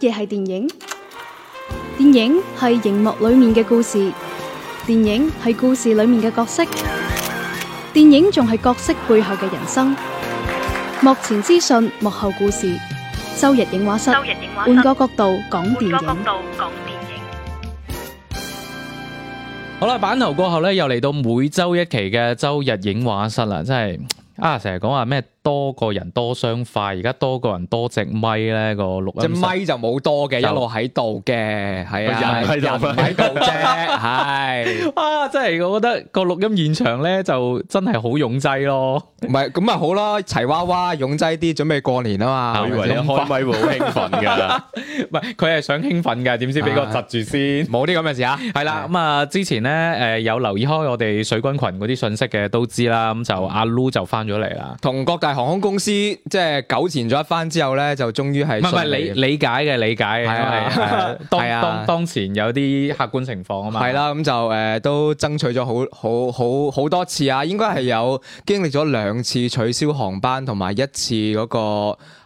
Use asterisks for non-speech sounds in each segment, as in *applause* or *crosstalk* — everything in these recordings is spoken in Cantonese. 嘢係電影？電影係熒幕裏面嘅故事，電影係故事裏面嘅角色，電影仲係角色背後嘅人生。幕前資訊，幕後故事。周日影畫室，周日影畫室換個角度講電影。好啦，版頭過後咧，又嚟到每周一期嘅周日影畫室啦，真係啊，成日講話咩多個人多雙快，而家多個人多隻咪咧個錄音隻室咪就冇多嘅，一就路喺度嘅，係啊，人喺度人唔喺度 *laughs* 啫，係啊，真係我覺得個錄音現場咧就真係好擁擠咯。唔係咁啊咪好咯？齊娃娃擁擠啲，準備過年啊我嘛以，為你開咪會好興奮 *laughs* 㗎， *laughs* 唔係佢係想興奮㗎，點知俾我窒住先。 *laughs* 冇啲咁嘅事啊，啊係啦，咁啊，之前咧誒有留意開我哋水軍群嗰啲信息嘅都知啦，咁就阿 Lu 就翻咗嚟啦。同各大航空公司即係糾纏咗一番之後咧，就終於係唔係唔係順利理理解嘅理解嘅，係啊因為呃當係啊當當前有啲客觀情況啊嘛。係啦，咁就誒、呃都爭取咗好好好好多次啊，應該係有經歷咗兩次取消航班同埋一次嗰個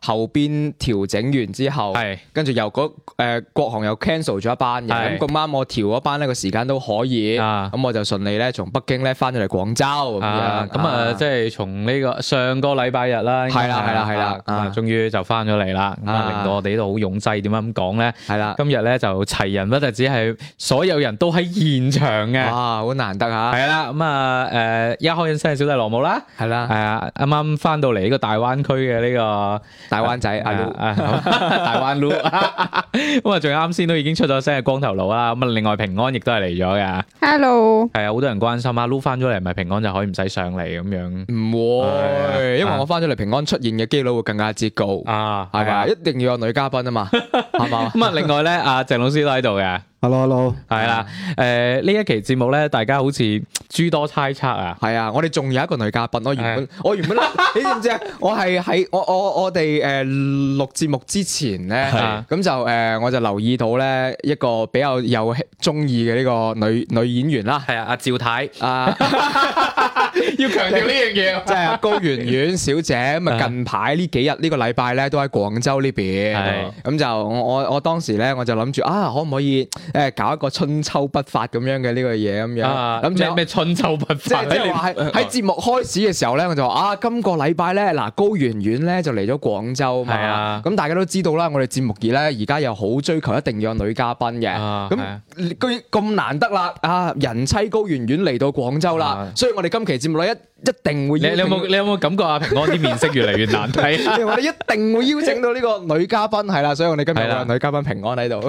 後邊調整完之後，係跟住又嗰誒、呃、國航又 cancel 咗一班嘅，係咁咁啱我調嗰班呢個時間都可以，咁、啊我就順利咧從北京咧翻咗嚟廣州咁樣啊，咁啊，即係從呢個上個禮拜日啦，應該係啦係啦係啦咁啊啊，終於就翻咗嚟啦，咁啊，啊令到我哋呢度好擁擠，點解咁講咧？係啦，今日咧就齊人不但只係所有人都喺現場嘅，哇好難得嚇，係啦，咁啊誒，一開始先係小弟羅姆啦，係啦，誒啱啱翻到嚟呢個大灣區嘅呢個。大灣仔阿 Lu 啊 *laughs* 大灣路，咁啊，仲有啱先都已經出咗聲嘅光頭佬啦，咁啊，另外平安亦都係嚟咗嘅， Hello，係啊，好多人關心啊，撈翻咗嚟咪平安就可以唔使上嚟咁樣唔係啊會，因為我翻咗嚟平安出現嘅機率會更加之高。啊系咪？一定要有女嘉賓 *laughs* 啊嘛，係嘛？咁啊，另外咧，阿鄭老師都喺度嘅， Hello Hello，係啦，誒呢一期節目咧，大家好似諸多猜測啊，係啊，我哋仲有一個女嘉賓，我原本我原本 *laughs* 你知唔知啊？我係喺我我我哋誒錄節目之前咧係啊，咁就誒我就留意到咧一個比較有中意嘅呢個女女演員啦，係啊，阿趙太，啊 *laughs* 要強調呢樣嘢， *laughs* 即係阿高圓圓小姐咁啊啊！近排呢幾日呢個禮拜咧都喺廣州呢係邊，咁就我我我當時咧我就諗住啊，可唔可以誒搞一個春秋筆法咁樣嘅呢個嘢咁樣，啊咁諗咩住咩春秋筆即法係即係話喺呃喺節目開始嘅時候咧，我就話啊，今個禮拜咧嗱，高圓圓咧就嚟咗廣州係啊嘛，咁大家都知道啦，我哋節目熱咧而家又好追求一定要有女嘉賓嘅，啊咁係啊居然咁難得啦啊，人妻高圓圓嚟到廣州啦啊，所以我哋今期節目咧一一定會你邀你有冇請你有冇感覺啊？平安啲面色越嚟越難睇啊？ *laughs* *laughs* 我哋一定會邀請到呢個女嘉賓係啦，所以我哋今日係啦有女嘉賓平安喺度，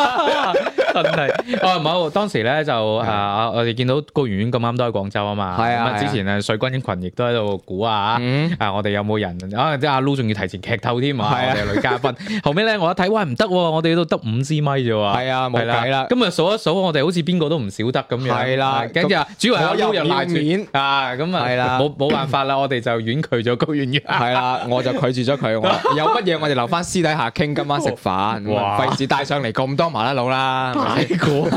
真係，哦唔好，當時咧就誒，啊我哋見到高圓圓咁啱都喺廣州啊嘛，係啊咁係啊之前誒水軍群亦都喺度估啊，嗯啊我哋有冇人啊？即係阿 Lu 仲要提前劇透添啊，係啊我哋女嘉 *laughs* 賓。後尾咧我一睇，喂唔得喎，我哋都得五支咪啫喎，係啊冇計啦今日數一數，我哋好似邊個都唔少得咁樣，係啦啊跟住啊，主要係阿我又 Lu 又唔要賴住面啊，咁啊，係啦冇冇辦法啦，我哋就婉拒咗高圓 *laughs* 圓。係啦，我就拒絕咗佢， *laughs* 我話有乜嘢我哋留翻私底下傾，今晚食飯，哇費事帶上嚟咁多麻甩佬啦，係咪先果，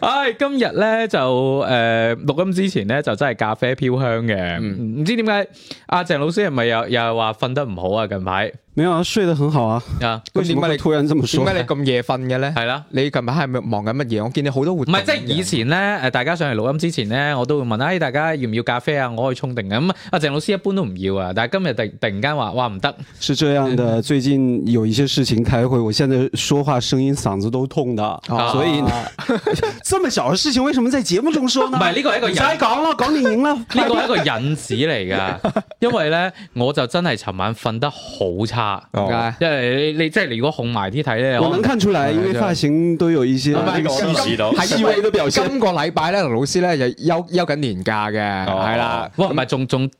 唉，今日咧就誒錄音之前咧就真係咖啡飄香嘅，唔知點解阿鄭老師係咪又又係話瞓得唔好啊？近排没有啊，睡得很好啊，啊，咁为什點么解你会突然这么點说？解你咁夜瞓嘅咧？係啦。你近排係咪忙緊乜嘢？我見你好多活唔動嘅。係，即係以前咧，誒大家上嚟錄音之前咧，我都會問，哎，大家要唔要咖啡啊？我可以沖定嘅。咁阿鄭老師一般都唔要啊，但係今日突突然間話，哇 *laughs* 唔得， *laughs* 是这样的，最近有一些事情开会，我现在说话声音嗓子都痛的，啊所以呢 *laughs* 这么小的事情为什么在节目中说唔 *laughs* 呢？係呢個係一個唔人使講啦，講電影 *laughs* 啦，呢個係一個引子嚟㗎，因為咧我就真係尋晚瞓得好差，點解因為你你即係如果控埋啲睇咧，哎我能看出來，因為髮型都有一些唔係黐線到係啊細微嘅表現今個禮拜咧，劉老師咧就休休緊年假嘅，哦係啦，哇，唔係仲仲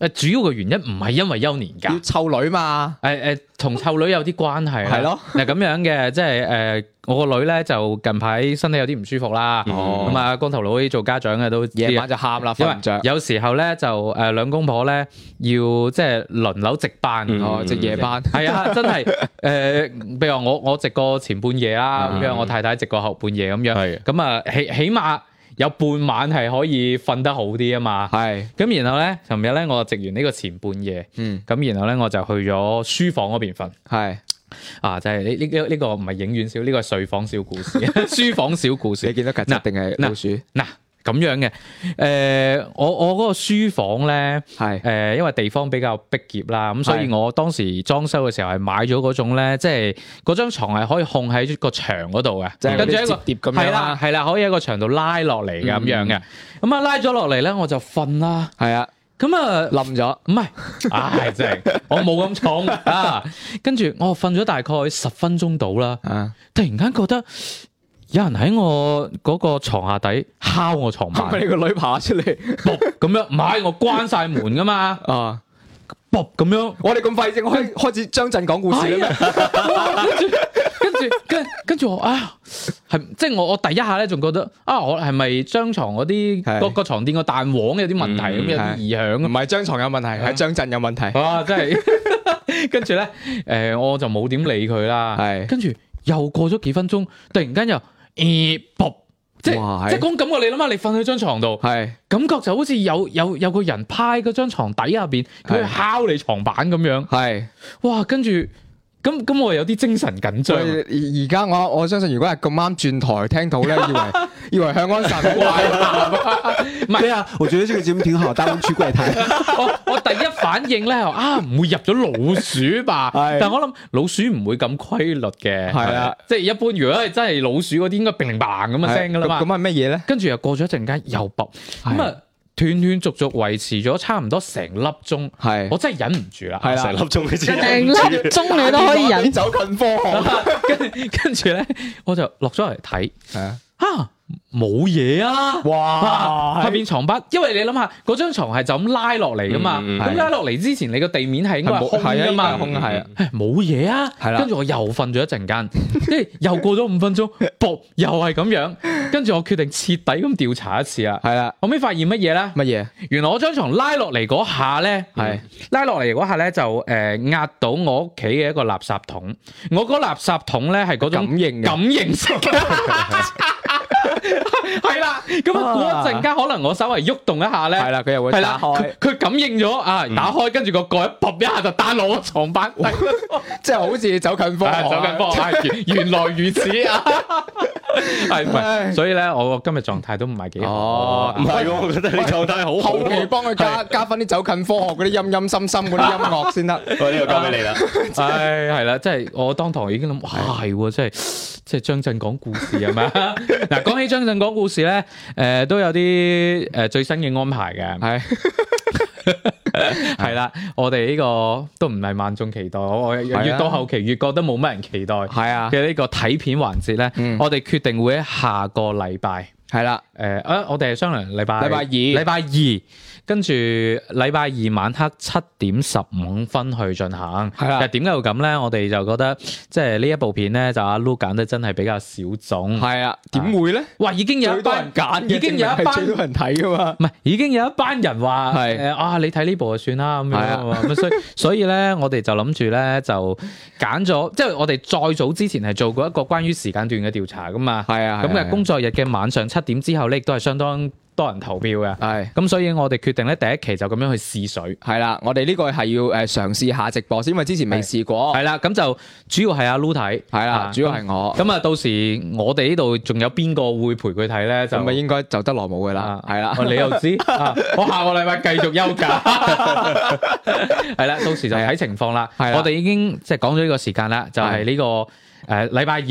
誒主要嘅原因唔係因為休年假，要誒湊女嘛，誒同湊女有啲關係啦係咯。嗱咁樣嘅，即係誒我個女咧就近排身體有啲唔舒服啦，哦咁啊光頭佬呢做家長嘅都知夜啊晚。就喊啦，因瞓為唔着，有時候咧就誒兩公婆咧要即係輪流值班，嗯哦，值夜班，係 *laughs* 啊，真係誒，譬如話我我值過前半夜啦，嗯譬如我太太值過後半夜咁樣，係咁啊起起碼有半晚係可以瞓得好啲啊嘛。係，咁然後咧，尋日咧我值完呢個前半夜，嗯，咁然後咧我就去咗書房嗰邊瞓。係，啊，就係呢呢呢呢個唔係影院小，呢個係睡房小故 *laughs* 事、 *laughs* 書房小故事你。見到曱甴定係老鼠？嗱咁樣嘅，誒、我我嗰個書房咧。誒、係因為地方比較逼仄啦，咁所以係我當時裝修嘅時候係買咗嗰種咧，即係嗰張床係可以控喺個牆嗰度嘅，就係跟住一嗰個啲折疊咁係啦樣啦。嗯係啦，可以喺個牆度拉落嚟嘅咁樣嘅，咁啊拉咗落嚟咧我就瞓啦，係啊，咁啊冧咗。唔係，唉真係我冇咁重啊，跟住我瞓咗大概十分鐘到啦，啊，突然間覺得有人喺我嗰個床下底敲 *laughs* 我床係咪板，你個女爬出嚟？噗咁樣，唔係我關晒門噶嘛，啊！噗咁樣。我哋咁快正開開始張震講故事係啦咩？啊 *laughs* 跟住跟住跟跟住我啊，係即係我我第一下咧仲覺得啊，我係咪張床嗰啲係個個床墊個彈簧有啲問題咁、嗯有啲異響唔咁係嗯張床有問題，係張震有問題。啊，真係 *laughs* 跟住咧誒，我就冇點理佢啦。係跟住又過咗幾分鐘，突然間又誒噗。即哇係係即係嗰種感覺，你諗下，你瞓喺張床度，係感覺就好似有有有個人趴喺嗰張床底下邊，佢係敲你床板咁樣。係，哇！跟住咁咁，我有啲精神緊張啊。喂而而家我我相信，如果係咁啱轉台聽到咧，以為 *laughs* 以為向安神怪，对啊，我觉得这个节目挺好，《大湾区怪 *laughs* 谈》我我第一反應咧，我啊唔會入咗老鼠吧？係但我諗老鼠唔會咁規律嘅，係啊，即係一般如果係真係老鼠嗰啲，應該乒鈴嘭 *laughs* 咁嘅啊聲噶啦嘛。咁係咩嘢咧？跟住又過咗一陣間又搏，咁啊斷斷續續維持咗差唔多成粒鐘，我係真係忍唔住啦。係啦成粒鐘嘅成先。粒鐘你都可以忍，走近 *laughs* 科學。跟跟住咧，我就落咗嚟睇，係啊，啊冇嘢啊！ *laughs* 哇下邊床板，因為你諗下嗰張床係就咁拉落嚟噶嘛，嗯嗯咁係拉落嚟之前，你個地面係應該係空噶係嘛啊，，空係啊，唉冇嘢啊，係啦跟住我又瞓咗一陣間， *laughs* 跟住又過咗五分鐘，噗，又係咁樣，跟住我決定徹底咁調查一次啦。係啦，後尾發現乜嘢咧？乜嘢？原來我張床拉落嚟嗰下咧，係拉落嚟嗰下咧就誒壓到我屋企嘅一個垃圾桶，我嗰垃圾桶咧係嗰種感應嘅啊感應式 *laughs* 嘅。係啦，咁啊嗰一陣間可能我稍微喐動一下咧，係啦，佢又會係啦打，佢開，佢感應咗啊，打開跟住個蓋一砰一下就彈落我床板底。即係好似走近科學。啊走緊波，啊原原來如此 *laughs* 啊！係唔係？唉所以咧，我今日狀態都唔係幾好。哦唔係喎，我覺得你狀態好好後期喎。幫佢加加翻啲走近科學嗰啲陰陰森森嗰啲音樂先得。我呢個交俾你啦。唉，係啦，即係我當堂已經諗，哇，係喎，即係即係張震講故事係咪？ *laughs* 嗱，講起張震講故事咧，誒都有啲誒最新嘅安排嘅，係 *laughs* 係啦，我哋呢個都唔係萬眾期待，我我係啊越到後期越覺得冇乜人期待係啊，嘅呢個睇片環節咧，嗯我哋決定會喺下個禮拜。係啦，誒啊！我哋係商量禮拜禮拜二禮拜二，跟住禮拜二晚黑七點十五分去進行。係啦其實點解會咁咧？我哋就覺得即係呢一部片咧，就阿 Lu 揀得真係比較少種。係啊，點會咧？哇！已經有一最多班人揀嘅，已經有一班係最多人睇噶嘛。唔係已經有一班人話係誒啊！你睇呢部就算啦咁樣係啊啊嘛咁 *laughs* 所以所以咧，我哋就諗住咧就揀咗，即係我哋再早之前係做過一個關於時間段嘅調查噶嘛。係啊，咁嘅工係作日嘅晚上七點之後咧，亦都係相當多人投票嘅。係咁所以我哋決定咧第一期就咁樣去試水，係啦，我哋呢個係要誒嘗試下直播先，因為之前未試過。係啦，咁就主要係阿 Lu 睇，係啦啊，主要係我，咁啊，到時我哋呢度仲有邊個會陪佢睇咧？就咁咪應該就得羅姆噶啦啊，係啦哦，你又知， *laughs* 啊我下個禮拜繼續休假，係啦，到時就睇情況啦。係啦我哋已經即係講咗呢個時間啦，就係呢個誒禮拜二，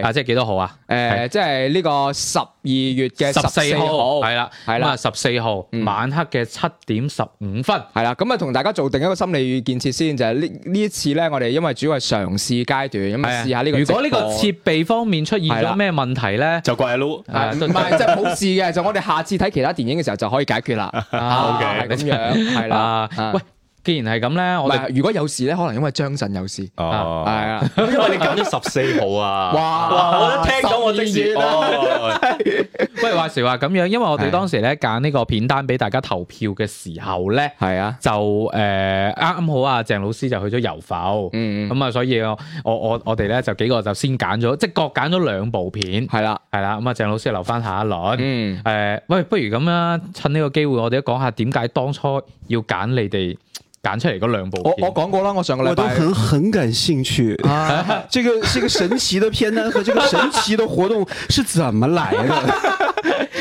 係啊，即係幾多號啊？誒，即係呢個十二月嘅十十四四號號，係啦，係啦咁啊，十四號嗯晚黑嘅七點十五分。係啦，咁啊同大家做定一個心理建設先，就係呢呢一次咧，我哋因為主要係嘗試階段，咁啊試下呢個直播。如果呢個設備方面出現係咗啦咩問題咧？就怪阿 Lu。啊唔 *laughs* 係，即係冇事嘅，就我哋下次睇其他電影嘅時候就可以解決啦。啊 OK 係咁樣，係啦啊。喂，既然係咁咧，唔我哋係，如果有事咧，可能因為張震有事，哦係，啊。因為你揀咗十四號啊。哇哇！我一聽到我即時十二月哦，喂話時話咁樣，因為我哋係當時咧揀呢個片單俾大家投票嘅時候咧，係啊，就誒啱啱好啊，鄭老師就去咗遊浮。嗯嗯，咁啊，所以我我我我哋咧就幾個就先揀咗，即係各揀咗兩部片，係啦，係啦。咁啊，鄭老師留翻下一輪。誒、嗯，啊喂，不如咁啦，趁呢個機會，我哋都講下點解當初要揀你哋揀出嚟嗰兩部我片我講過啦，我上個我禮都拜很很感兴趣。啊， *laughs* 这个这个神奇的片单和这个神奇的活动是怎么来的？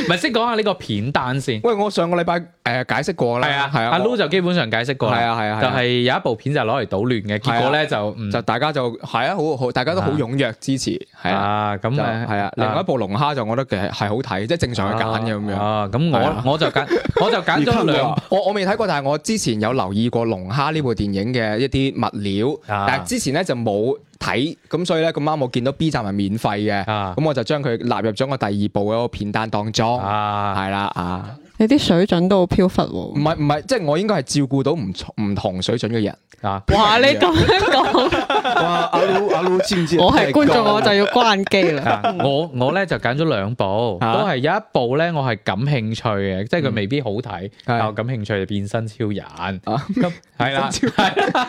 咪先講下呢個片單先。 *laughs* 喂，我上個禮拜誒解釋過啦，係啊，係啊，阿我 Lu 就基本上解釋過啦，係啊係啊係啊啊就係有一部片就攞嚟搗亂嘅，結果咧就嗯就大家就係啊，好好，大家都好踴躍支持，係啊，啊咁就誒係啊。另外一部《龍蝦》就我覺得其實係好睇，即係正常去揀嘅咁樣。啊，咁係啊我我就揀我就揀 *laughs* 你咗看過兩啊我我未睇過，但係我之前有留意過《龍蝦》呢部電影嘅一啲物料，啊但係之前咧就冇睇，咁所以咧咁啱我見到 B 站係免費嘅，啊咁我就將佢納入咗我第二部嗰個片單當中，啊，係啦啊，你啲水準都好飄忽唔係唔係，即係我應該係照顧到唔同唔同水準嘅人。啊喎。哇！你 *laughs* 咁樣 *laughs* 講，哇， *laughs* 阿卢阿卢境界，我係觀眾，我就要關機啦。啊我我咧就揀咗兩部，啊都係有一部咧我係感興趣嘅，即係佢未必好睇，但我係感興趣就變身超人，咁係啦，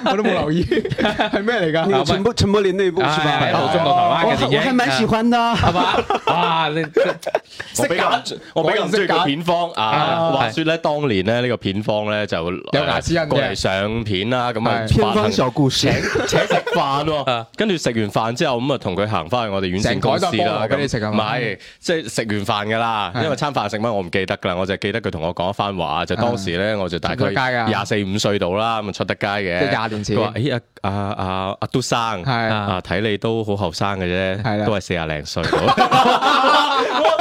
我都冇留意係咩啊嚟那㗎。个陈柏陈柏霖那部是吧？哎老中國台灣哦我嘅電还影我还蛮喜歡的。係嘛？哇！你我比較我比較唔中意個片方啊啊。話説咧，當年咧呢個片方咧就有牙齒印嘅過嚟上片啦，咁啊係偏發方行小故事請，請食飯喎啊，跟住食完飯之後咁啊，同佢行翻去我哋院線公司成台都菠啦。蘿俾你食咁係唔嘛係，即係食完飯㗎啦，係因為餐飯食乜我唔記得㗎啦，我就記得佢同我講一番話，就當時咧我就大啊出得概街㗎廿四五歲到啦，咁啊出得街嘅。即係廿年前 *laughs* 佢話：，誒阿阿阿阿嘟生，係啊睇你都好後生嘅係啫，啦都係四廿零歲。 *laughs*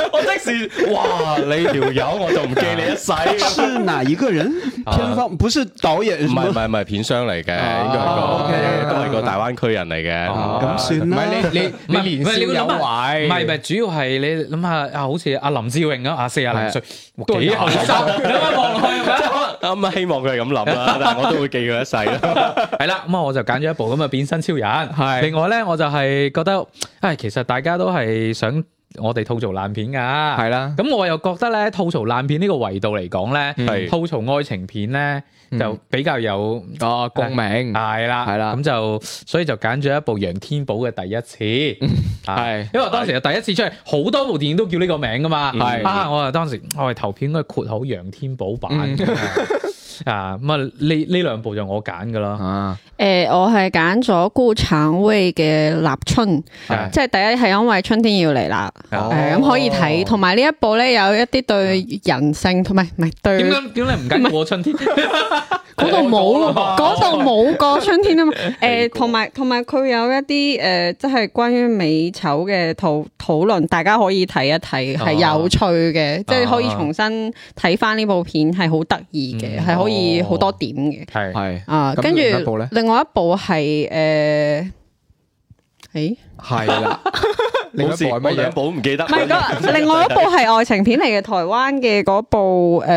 我我即時哇！你條友我就唔記你一世。 *laughs* 是哪一個人？偏方不是導演，唔什係麼唔係唔係片商嚟嘅，應該哦係 OK，哦個都係個大灣區人嚟啊嘅。咁算唔啦。係你你唔係你年少唔係你要有諗下為，唔係唔係，主要係你諗下啊，好似阿林志穎咁啊，四廿零歲，都哇係幾後生，你諗下望落去係咪？咁啊，希望佢係咁諗啦，但係我都會記佢一世啦。係啦，咁啊我就揀咗一部咁嘅變身超人。係另外咧，我就係覺得，唉，其實大家都係想我哋吐槽爛片㗎。係啦。咁我又覺得咧，吐槽爛片呢個維度嚟講咧，係吐槽愛情片咧就比較有哦，共鳴係啦，係啦咁就所以就揀咗一部楊天寶嘅第一次，啊係因為當時第一次出嚟，好多部電影都叫呢個名噶嘛，係啊，我啊當時我係投票應該括好楊天寶版嗯 *laughs* 啊，咁啊呢呢兩部就我揀噶啦，啊， *laughs* 诶、我係揀咗顧橙威嘅《立春》，係即係第一係因為春天要嚟啦，诶、哦咁、可以睇，同埋呢一部咧有一啲對人性同埋唔係對點解點解唔揀過春天？嗰度冇 *laughs* 咯，哦嗰度冇個春天 *laughs* 啊嘛，诶、同埋同埋佢有一啲诶、誒即係關於美醜嘅討討論，大家可以睇一睇，啊係哦有趣嘅，即係可以哦重新睇翻呢部片，係好得意嘅，係可以好多點嘅。係係啊，嗯哦咁跟住另一部呢另外一部係诶， *laughs* 诶、係啦，另一部冇事係我乜兩嘢？部都唔記得。唔係嗰另外一部係愛情片嚟嘅，台灣嘅嗰部诶、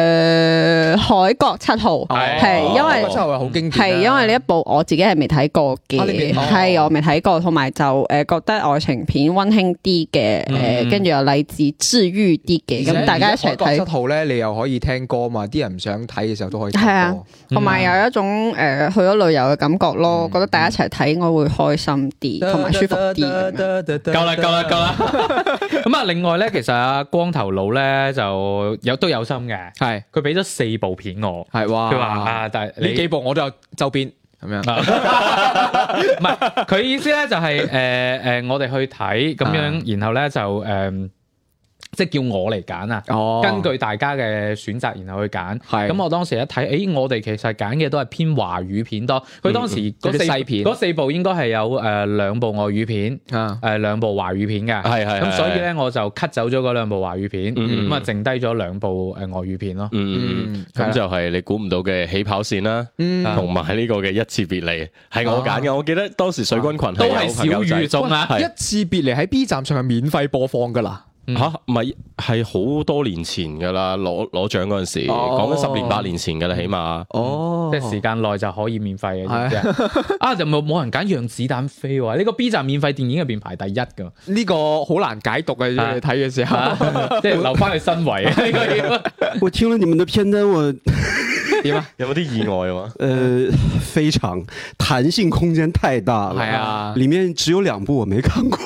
呃海角七號》，哦係係因為真係好經典啊，係因為呢一部我自己係未睇過哦啊你未嘅，睇係我未睇過，同埋就誒覺得愛情片溫馨啲嘅，嗯誒跟住又勵志治癒啲嘅，咁大家一齊睇七，號咧，你又可以聽歌嘛？啲人唔想睇嘅時候都可以聽係啊歌。同埋嗯有一種誒去咗旅遊嘅感覺咯，覺得大家一齊睇應該會開心啲，同埋舒服啲咁樣。夠啦夠啦夠啦， *laughs* 咁啊另外咧，其實阿光頭佬咧就有都有心嘅，係佢俾咗四部片我。係哇！佢話啊，但係呢你幾部我都有周邊咁樣。 *laughs* 唔係佢意思咧就係誒誒，我哋去睇咁樣，然後咧就誒、即係叫我嚟揀啊。哦根據大家嘅選擇，然後去揀。係咁我當時一睇，誒、我哋其實揀嘅都係偏華語片多。佢當時嗰有啲四西片嗰四部應該係有誒、兩部外語片，啊誒、兩呃部華語片嘅。係係咁係所以係咧，我就 cut 走咗嗰兩部華語片，嗯咁啊、剩低咗兩部呃誒外語片咯。嗯，啊咁就係你估唔到嘅起跑線啦，嗯同埋呢個嘅一次別離係啊我揀嘅。我記得當時水軍群都係係有朋小友仔語種啊，係一次別離喺 B 站上係免費播放㗎啦。吓，唔係係好多年前噶啦，攞攞獎嗰陣時，哦講緊十年八年前噶啦，起碼哦即係時間內就可以免費嘅，係知唔知啊啊就冇冇人揀讓子彈飛喎？呢個 B 站免費電影入邊排第一㗎，呢個好難解讀嘅，啊你睇嘅時候。即係留翻去身啊位呢個要我聽了你們的片單，我點啊？有冇啲意外啊？呃非常彈性空間太大哎係了。啊里面只有兩部我沒看過，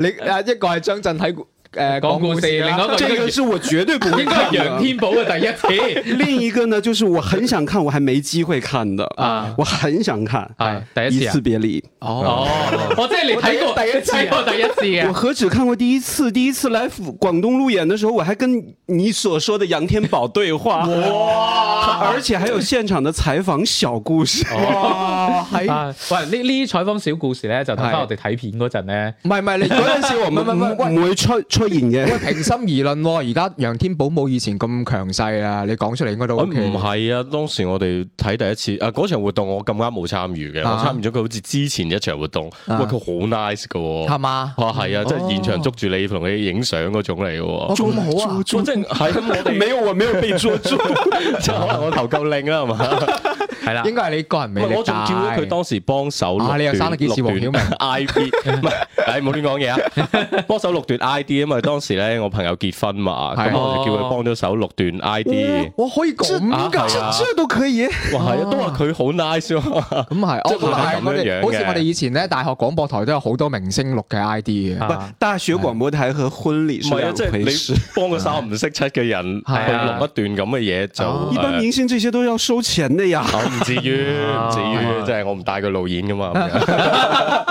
你啊一個係張震睇诶講故事啦另外一個这个是我绝对不会應該看係楊的。天寶嘅第一次，另一个呢，就是我很想看，我还没机会看的啊我很想看。係第一次一啊次别离，哦，哦，我即係你睇過我第一第一次啊睇過第一次啊，我何止看过第一次？第一次来福广东路演的时候，我还跟你所说的杨天宝对话，哇！而且还有现场的采访小故 *laughs* 事。哇，喺啊，喂，呢呢啲採訪小故事咧，就睇翻我哋睇片嗰陣咧，唔係唔係，你 *laughs* 嗰陣時我唔係唔係唔係，唔喂唔会出出現喂，嘅。平心而論喎，而家楊天寶冇以前咁強勢啦，你講出嚟應該都我 OK。哦唔係啊，當時我哋睇第一次啊，嗰場活動我咁啱冇參與嘅，啊我參與咗佢好似之前一場活動，喂，啊佢好 nice 噶係喎。嘛？哦哦哇，係啊，即係現場捉住你同你影相嗰種嚟嘅喎。咁好啊！我真係咁，我 *laughs* 哋有，我没有被捉 *laughs* 住。即係可能我頭夠靚啦，*laughs* 係嘛？係啦，應該係你個人魅唔力係我仲大叫咗佢當時幫手啊你又生得幾似黃曉明 *laughs* I D，唔係，唉冇亂講 *laughs* 嘢啊！幫手錄段 I D，因為當時咧我朋友結婚嘛，係咁我就叫佢幫咗手錄段 I D。我可以咁啊噶，係啊這都可以。哇，係啊，都話佢好 nice 喎。咁係，即哦係佢係係我咁樣哋樣好似嘅我哋以前咧大學廣播台都有好多明星錄嘅 ID *laughs* 嘅。不啊，大学广播台和婚礼唔是係啊，两即係回事。你幫個三唔識七嘅人去係啊錄一段咁嘅嘢就哦 *laughs* 一般誒明星这些都要收錢的呀。我唔 *laughs* 至於，唔至啊於，即係我唔帶佢路演噶 *laughs* 嘛。咁樣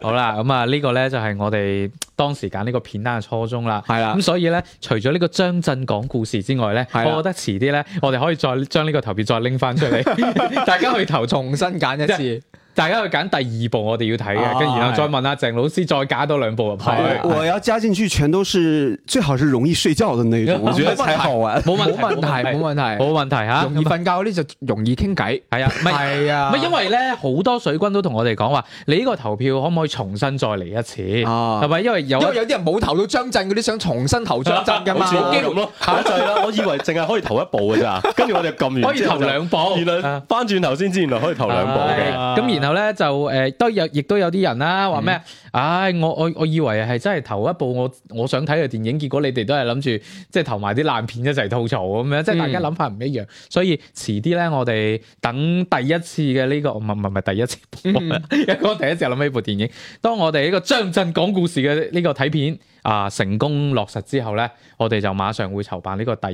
好啦，咁啊呢個咧就係我哋當時揀呢個片單嘅初衷啦。係啦咁所以咧，除咗呢個張震講故事之外咧，係啦我覺得遲啲咧，我哋可以再將呢個投票再拎翻出 *laughs* 嚟，大家去投中，重新揀一次，大家去揀第二部我哋要睇嘅，啊跟住然後再問阿鄭老師再加多兩部啊入去。我我要加進去，全都是最好是容易睡覺的那種，我覺得才好啊玩。冇問題，啊冇問題冇問題冇問題嚇。容易瞓覺嗰啲就容易傾偈。係啊，唔係係啊唔係因為咧，好多水軍都同我哋講話，你呢個投票可唔可以重新再嚟一次？啊係咪因為有因為有啲人冇投到張震嗰啲，想重新投張震噶嘛。好似我咁咯， *laughs* 下一掣啦。我以為淨係可以投一步嘅咋，跟住我哋撳可完以之後投就兩部？原來啊翻轉頭先知，原來可以投兩步嘅。係咁然後咧就誒都有，亦都有啲人啦話咩？唉，我我我以為係真係投一部我我想睇嘅電影，結果你哋都係諗住即係投埋啲爛片一齊吐槽咁樣，即係大家諗法唔一樣。所以遲啲咧，我哋等第一次嘅呢個唔係唔係唔係第一次，一講第一次我諗起部電影。當我哋呢個張震講故事嘅呢個睇片啊成功落實之後咧，我哋就馬上會籌辦呢個第二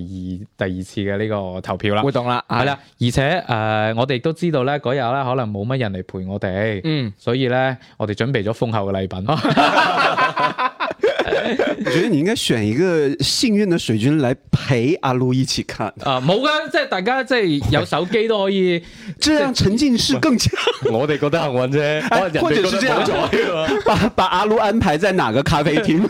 第二次嘅呢個投票啦。活動啦，啊系啦，而且誒、呃我哋都知道咧，嗰日咧可能冇乜人嚟陪我哋，嗯，所以咧我哋準備咗豐厚嘅禮品。 *laughs* *laughs* 我觉得你应该選一個幸運的水軍來陪阿路一起看，啊，冇噶，即係大家即係有手機都可 *laughs* 以，這樣沉浸式更强。我哋覺得幸運啫，可能人或者哋覺是這得冇樣咗。 *laughs* 把把阿路安排在哪個咖啡廳？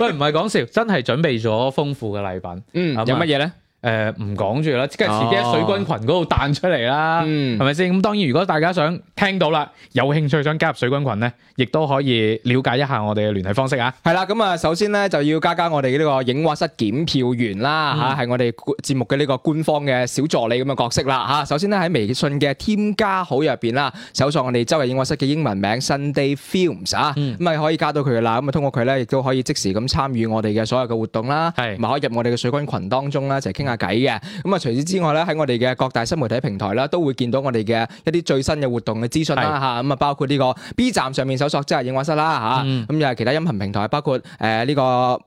喂唔係講笑，真係準備咗豐富嘅禮品。嗯，咁啊有乜嘢咧？誒唔講住啦，即係遲啲喺水軍群嗰度彈出嚟啦，嗯係咪先？咁當然，如果大家想聽到啦，有興趣想加入水軍群咧，亦都可以了解一下我哋嘅聯繫方式啊。係啦，咁啊，首先咧就要加加我哋呢個影畫室檢票員啦，吓係我哋節目嘅呢個官方嘅小助理咁嘅角色啦，吓首先咧喺微信嘅添加好入邊啦，搜索我哋周日影畫室嘅英文名 Sunday Films 啊，咁啊可以加到佢啦，咁啊通過佢咧亦都可以即時咁參與我哋嘅所有嘅活動啦，係咪可以入我哋嘅水軍群當中啦，一齊傾下偈嘅。咁啊，除此之外咧，喺我哋嘅各大新媒體平台啦，都會見到我哋嘅一啲最新嘅活動嘅資訊啦係嚇。咁啊，包括呢個 B 站上面搜索即係影畫室啦嗯嚇，咁又係其他音頻平台，包括誒呢個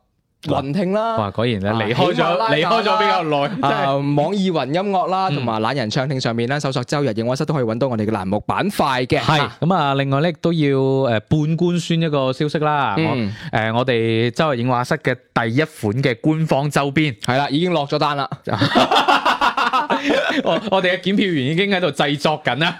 雲聽啦哇，。果然咧啊離開喜馬咗拉雅啦離開咗比較耐，真係啊，網易雲音樂啦，同埋懶人唱聽上面啦，搜索周日影畫室都可以揾到我哋嘅欄目板塊嘅。係咁啊！另外咧都要誒半官宣一個消息啦。我嗯誒我哋周日影畫室嘅第一款嘅官方周邊，係啦，已經落咗單啦。 *laughs* 我我哋嘅檢票員已經喺度製作緊啦。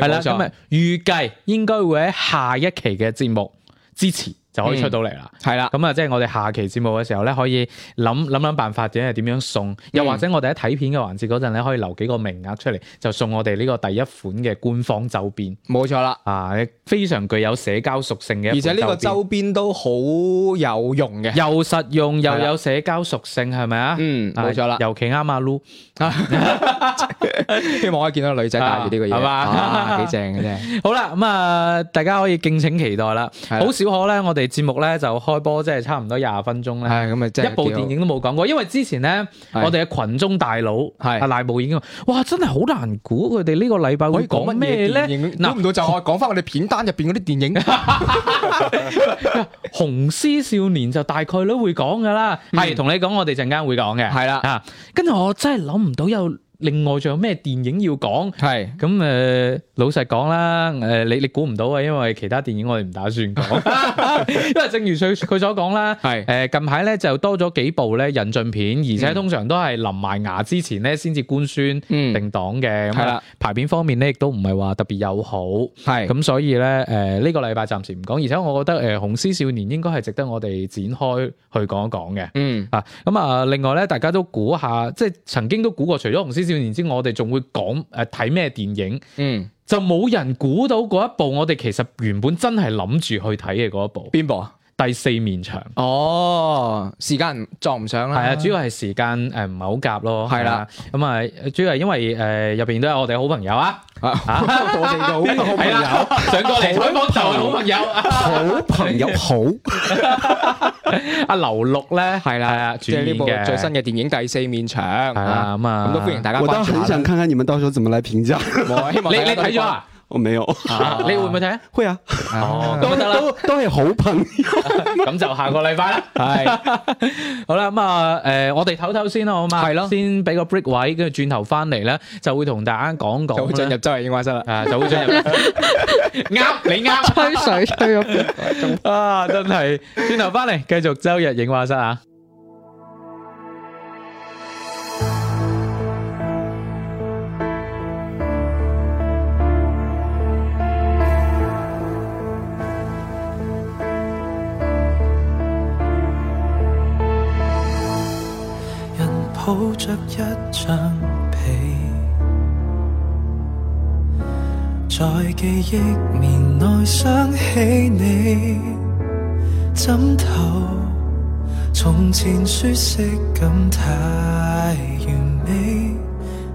*laughs* 係啦，冇咁錯啊。預計應該會喺下一期嘅節目之前就可以出到嚟啦。係啦，咁啊，即係我哋下期節目嘅時候咧，可以諗諗諗辦法點係點樣送，又或者我哋喺睇片嘅環節嗰陣咧，可以留幾個名額出嚟，就送我哋呢個第一款嘅官方周邊冇錯啦。啊，非常具有社交屬性嘅一而且款呢個邊周邊都好有用 *laughs* 嘅。又實用又係啦有社交屬性，係咪啊？嗯冇錯啦啊尤其啱阿 Lu，希望可以見到女仔戴住呢個嘢，啊係嘛啊幾正嘅啫。好啦，咁啊，大家可以敬請期待啦。啦好少可咧，我哋哋節目咧就開波，即係差唔多廿分鐘咧。唉咁啊真係一部幾好電影都冇講過，因為之前咧係我哋嘅群中大佬係阿賴慕已經話：哇，真係好難估佢哋呢個禮拜可會以講講乜咩嘢咧電？影？估唔到就係講翻我哋片單入邊嗰啲電影。紅絲少年就大概率會講噶啦，係同、你講，我哋陣間會講嘅，係啦啊，跟住我真係諗唔到有另外仲有咩電影要講。係咁誒、呃老實講啦，誒、你你估唔到啊，因為其他電影我哋唔打算講， *laughs* 因為正如佢佢所講啦，係誒、近排咧就多咗幾部咧引進片，而且通常都係臨埋牙之前咧先至官宣嗯定檔嘅，咁係啊啦排片方面咧亦都唔係話特別友好。係咁所以咧，誒、呢、個禮拜暫時唔講，而且我覺得誒、呃紅絲少年》應該係值得我哋展開去講一講嘅。嗯啊，咁啊，另外咧，大家都估下，即係曾經都估過，除咗《紅絲少年》之外，我哋仲會講誒睇咩電影，嗯，就冇人估到嗰一部我哋其實原本真係諗住去睇嘅嗰一部邊部啊？ 《第四面牆》。哦，時間唔撞唔上係啦。啊，主要係時間誒唔係好夾咯。係啦係啊，咁啊，主要係因為誒入邊都有我哋好朋友啊，啊我哋嘅好好係朋 *laughs* 友，啦，上過嚟採訪就係好 *laughs* 朋友好朋友好，阿劉六咧，係係啦啊，即係呢部主演嘅最新嘅電影《第四面牆》係啦，啊咁啊，咁都歡迎大家哎我倒關注很下 *laughs* 想啦。看看你们到时候怎么来评价。我希望你大家你多啲睇咗啊？我没有，你會唔會睇啊？会啊，哦，都咁得啦，都都系好朋友。咁就下個禮拜啦。關注？係 *laughs* 好啦，咁啊，誒，我哋唞唞先啦，好嘛？係咯先俾個 break 位，跟住轉頭翻嚟咧，就會同大家講講 *laughs* 就會進入咧。周日映畫室啦。啊，就會進 *laughs* 入啱，你啱吹水吹咗邊個鐘？啊！真係轉頭翻嚟，繼續周日影畫室啊！人抱着一張被，在記憶棉內想起你，枕頭從前舒適感太完美，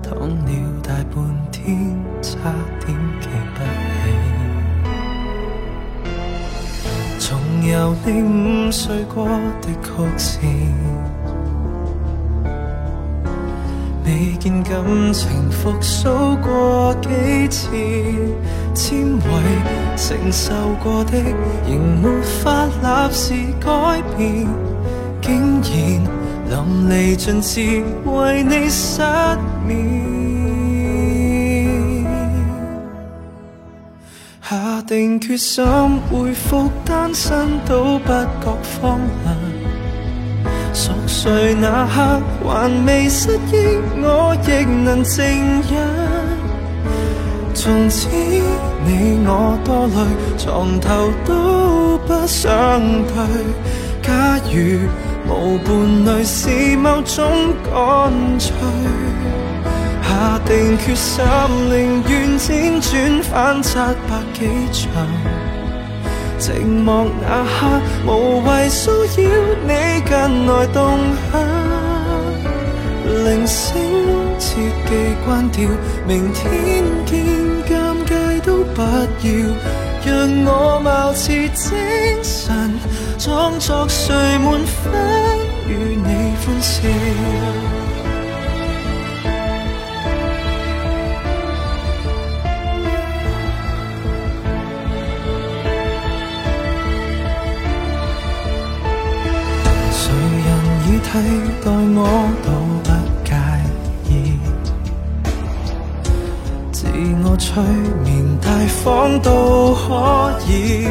躺了大半天，差點記不起。重遊你午睡過的曲線。未見感情復甦過幾次，纖維承受過的仍沒法立時改變，竟然淋漓盡致為你失眠。下定決心回復單身，都不覺荒涼。熟睡那刻還未失憶，我亦能靜忍。從此你我多累，床頭都不想對。假如無伴侶是某種乾脆，下定決心，寧願輾轉反側百幾場。寂寞那刻，無謂騷擾你近來動向。鈴聲切記關掉，明天見尷尬都不要，讓我貌似精神，裝作睡滿分，與你歡笑。誰人已替代我都不介意，自我催眠大方都可以。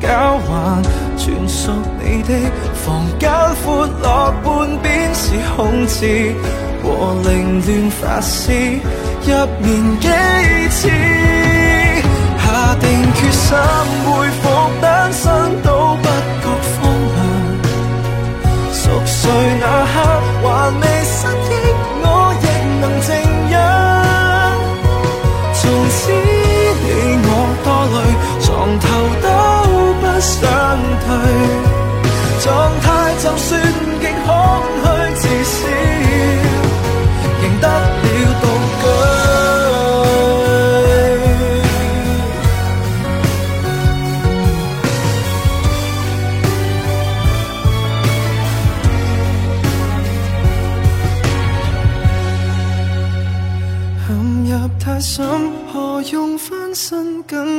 交還全屬你的房間闊落半邊是空置和凌亂髮絲，入眠幾次。下定決心回復單身都不覺荒涼。熟睡那刻還未失憶，我亦能靜養。從此你我多累，床頭都不想退。狀態就算極空虛，至少仍得了道具。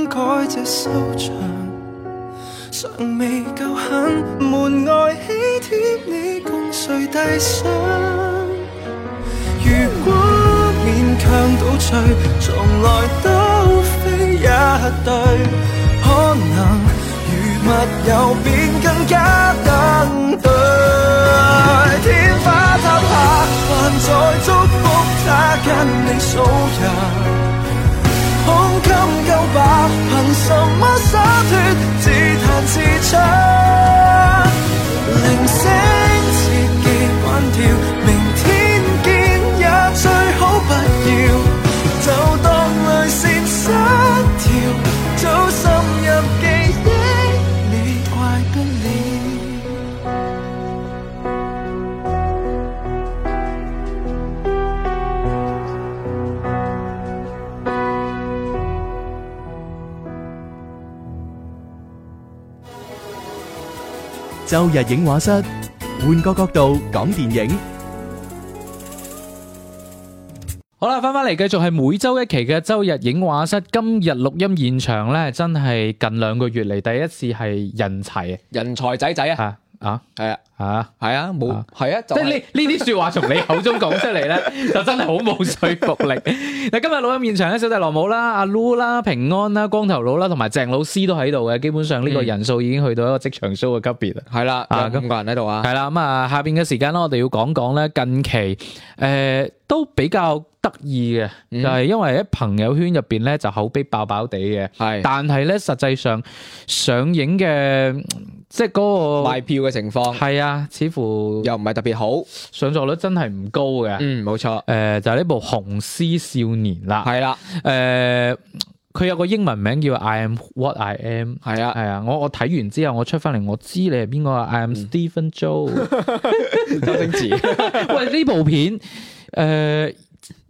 改這收場。尚未夠狠，門外喜帖你共誰遞上？如果勉強倒退，從來都非一對，可能如密友便更加登對。天花塌下，還在祝福他跟你數日。胸襟夠吧？憑什麼灑脱？自彈自唱，鈴聲切記關掉。明天見也最好不要，就當淚腺失調，早滲入記憶，你怪不了。周日影画室，換個角度講電影。好啦，翻翻嚟繼續係每周一期嘅周日影畫室，今日錄音現場咧，真係近兩個月嚟第一次係人齊人才仔仔啊，啊啊係啊，啊！係啊，冇啊係啊，就即係係呢呢啲説話從你口中講出 *laughs* 嚟咧，就真係好冇說服力。嗱，今日錄音現場咧，小弟羅姆啦、阿 Lu 啦、平安啦、光頭佬啦，同埋鄭老師都喺度嘅。基本上呢個人數已經去到一個職場 show 嘅級別啦。係啦，啊有咁五個人喺度啊係，啦，咁啊，下邊嘅時間咧，我哋要講講咧近期誒、呃都比較得意嘅，就係、因為喺朋友圈入邊咧就口碑爆爆地嘅，係嗯但係咧實際上上映嘅即係嗰、賣票嘅情個況係啊，似乎又唔係特別好。上座率真係唔高嘅。嗯，冇錯，誒、呃就係呢部《紅絲少年》啦。係啦，誒、佢有個英文名叫 I am what I am。係啊，係啊，我我睇完之後，我出翻嚟，我知你係邊個啊？I 嗯 am Stephen Joe。周星 *laughs* 馳喂，呢部片誒、呃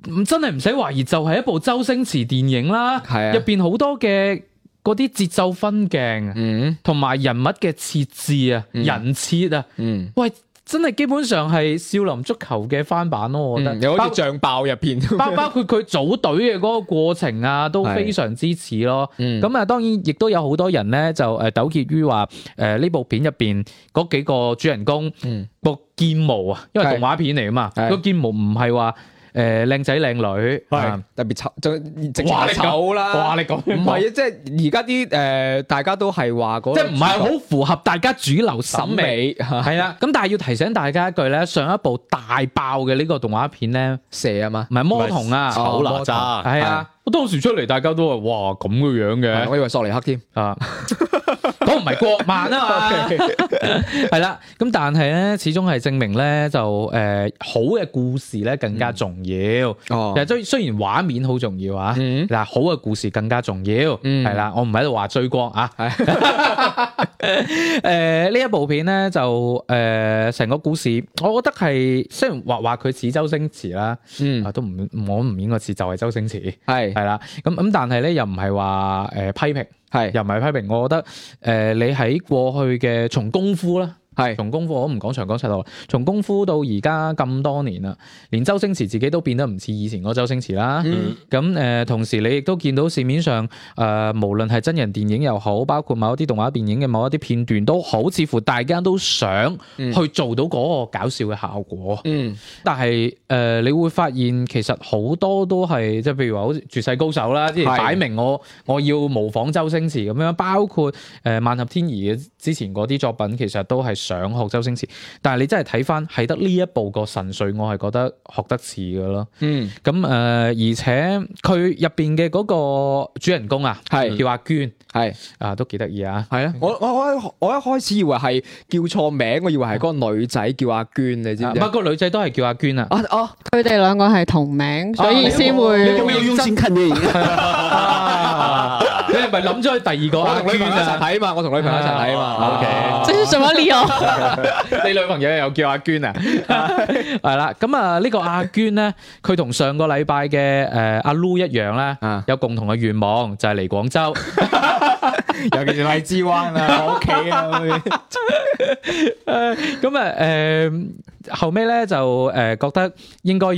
唔真係唔使懷疑，就係一部周星馳電影啦。係啊入邊好多嘅嗰啲節奏分鏡，嗯同埋人物嘅設置啊、嗯人設啊，嗯，喂，真係基本上係少林足球嘅翻版咯，我覺得。嗯有好包似醬爆入片， *laughs* 包包括佢組隊嘅嗰個過程啊，都非常之似咯。嗯咁啊，當然亦都有好多人咧就誒糾結於話誒呢部片入邊嗰幾個主人公嗯個建模啊，因為係動畫片嚟啊嘛，係個建模唔係話誒靚仔靚女，係啊特別醜，就直哇你咁醜啦，哇你咁樣唔係啊，即係而家啲誒，大家都係話嗰即係唔係好符合大家主流審審美。美係啦，咁但係要提醒大家一句咧，上一部大爆嘅呢個動畫片咧，蛇啊嘛，唔係魔童啊，醜哪吒係啊，我當時出嚟大家都話哇咁嘅樣嘅係。我以為索尼克 *laughs* 添，啊，嗰唔係國漫啊嘛， *laughs* 係啦。咁但係咧，始終係證明咧就誒、呃好嘅故事咧更加重要。哦其實雖雖然畫面好重要啊，嗯但係好嘅故事更加重要。嗯係啦，我唔喺度話追光啊。 *laughs* 誒呢一部片咧就誒成個故事，我覺得係雖然話話佢似周星馳啦，嗯啊都唔我唔應該似就係周星馳。係係啦，咁咁但係咧又唔係話誒批評，係又唔係批評，我覺得誒、呃你喺過去嘅從功夫啦，係從功夫我唔講長江七號，從功夫到而家咁多年啦，連周星馳自己都變得唔似以前嗰周星馳啦。咁誒、呃同時你亦都見到市面上誒、呃，無論係真人電影又好，包括某一啲動畫電影嘅某一啲片段都好，似乎大家都想去做到嗰個搞笑嘅效果。嗯但係誒、呃你會發現其實好多都係即係譬如話好似絕世高手啦，即係係擺明我我要模仿周星馳咁樣，包括誒、呃、萬合天宜嘅之前嗰啲作品，其實都係想學周星馳。但係你真係睇翻係得呢一部個神髓，我係覺得學得似嘅咯。嗯咁誒、呃而且佢入邊嘅嗰個主人公啊，係叫阿娟係啊，都幾得意啊！係啊，我我我一我一開始以為係叫錯名，我以為係嗰個女仔叫阿娟，你知啊唔唔知係？個女仔都係叫阿娟 *laughs* 啊。啊哦， *laughs* 佢哋兩個係同名，啊所以先啊你有會没有用心看 *laughs* 电影？你係咪諗咗去第二個啊我阿同女娟朋友一齊啊？睇嘛，我同女朋友一齊睇嘛。啊 OK 这是什么理由？嗯 *laughs* 你女朋友又叫阿娟 *laughs* 啊？係啦，咁啊呢個阿娟咧，佢同上個禮拜嘅诶阿 Lu 一樣咧啊，有共同嘅願望就係嚟廣 *laughs* 州。尤其是荔枝灣 *laughs* 啊，我屋企啊，咁啊诶後尾咧就诶覺得應該要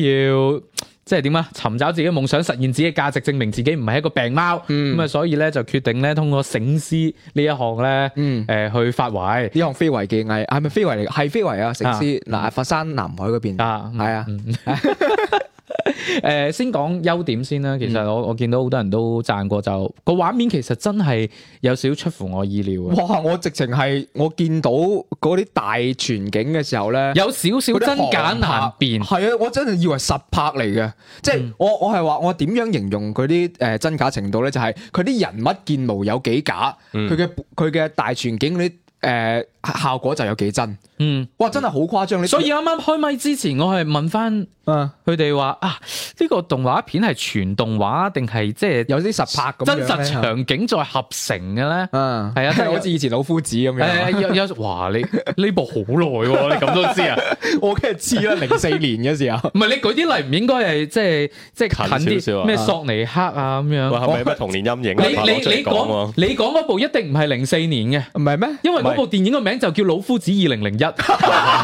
即係點啊？尋找自己嘅夢想，實現自己嘅價值，證明自己唔係一個病貓。咁啊、所以咧就決定咧通過醒獅呢一項咧，誒、嗯去發圍。呢項非遺技藝係咪非遺嚟㗎？係非遺啊！食啊師嗱，佛山南海嗰邊啊嗯 *laughs* 係啊，誒、先講優點先嗯啦。其實我我見到好多人都讚過，就個畫面其實真係有少少出乎我意料啊嘅，哇！我直情係我見到嗰啲大全景嘅時候咧，有少少真假難辨。嗯係啊！我真係以為實拍嚟嘅，即係我我係話我點樣形容佢啲誒真假程度咧？就係佢啲人物建模有幾假，嗯佢嘅佢嘅大全景嗰啲誒效果就有幾真。嗯，哇！真係好誇張，你所以啱啱開咪之前，我係問翻啊佢哋話啊，呢、個動畫片係全動畫定係即係有啲實拍咁樣真呢實場景再合成嘅咧？啊，係啊 *laughs* 即真係係有好似以前老夫子咁樣。啊誒有有哇！你呢部好耐哦喎，你咁都知 *laughs* 啊？。我梗係知啦，零四年嘅時候唔係你舉啲例唔應該係即係即係近近少少啲啊咩索尼克啊咁喂，樣。係咪咩童年陰影你啊？你你講講你講嗰部一定唔係零四年嘅，唔係咩？ *laughs* 因為嗰部電影個名就叫《老夫子二零零一》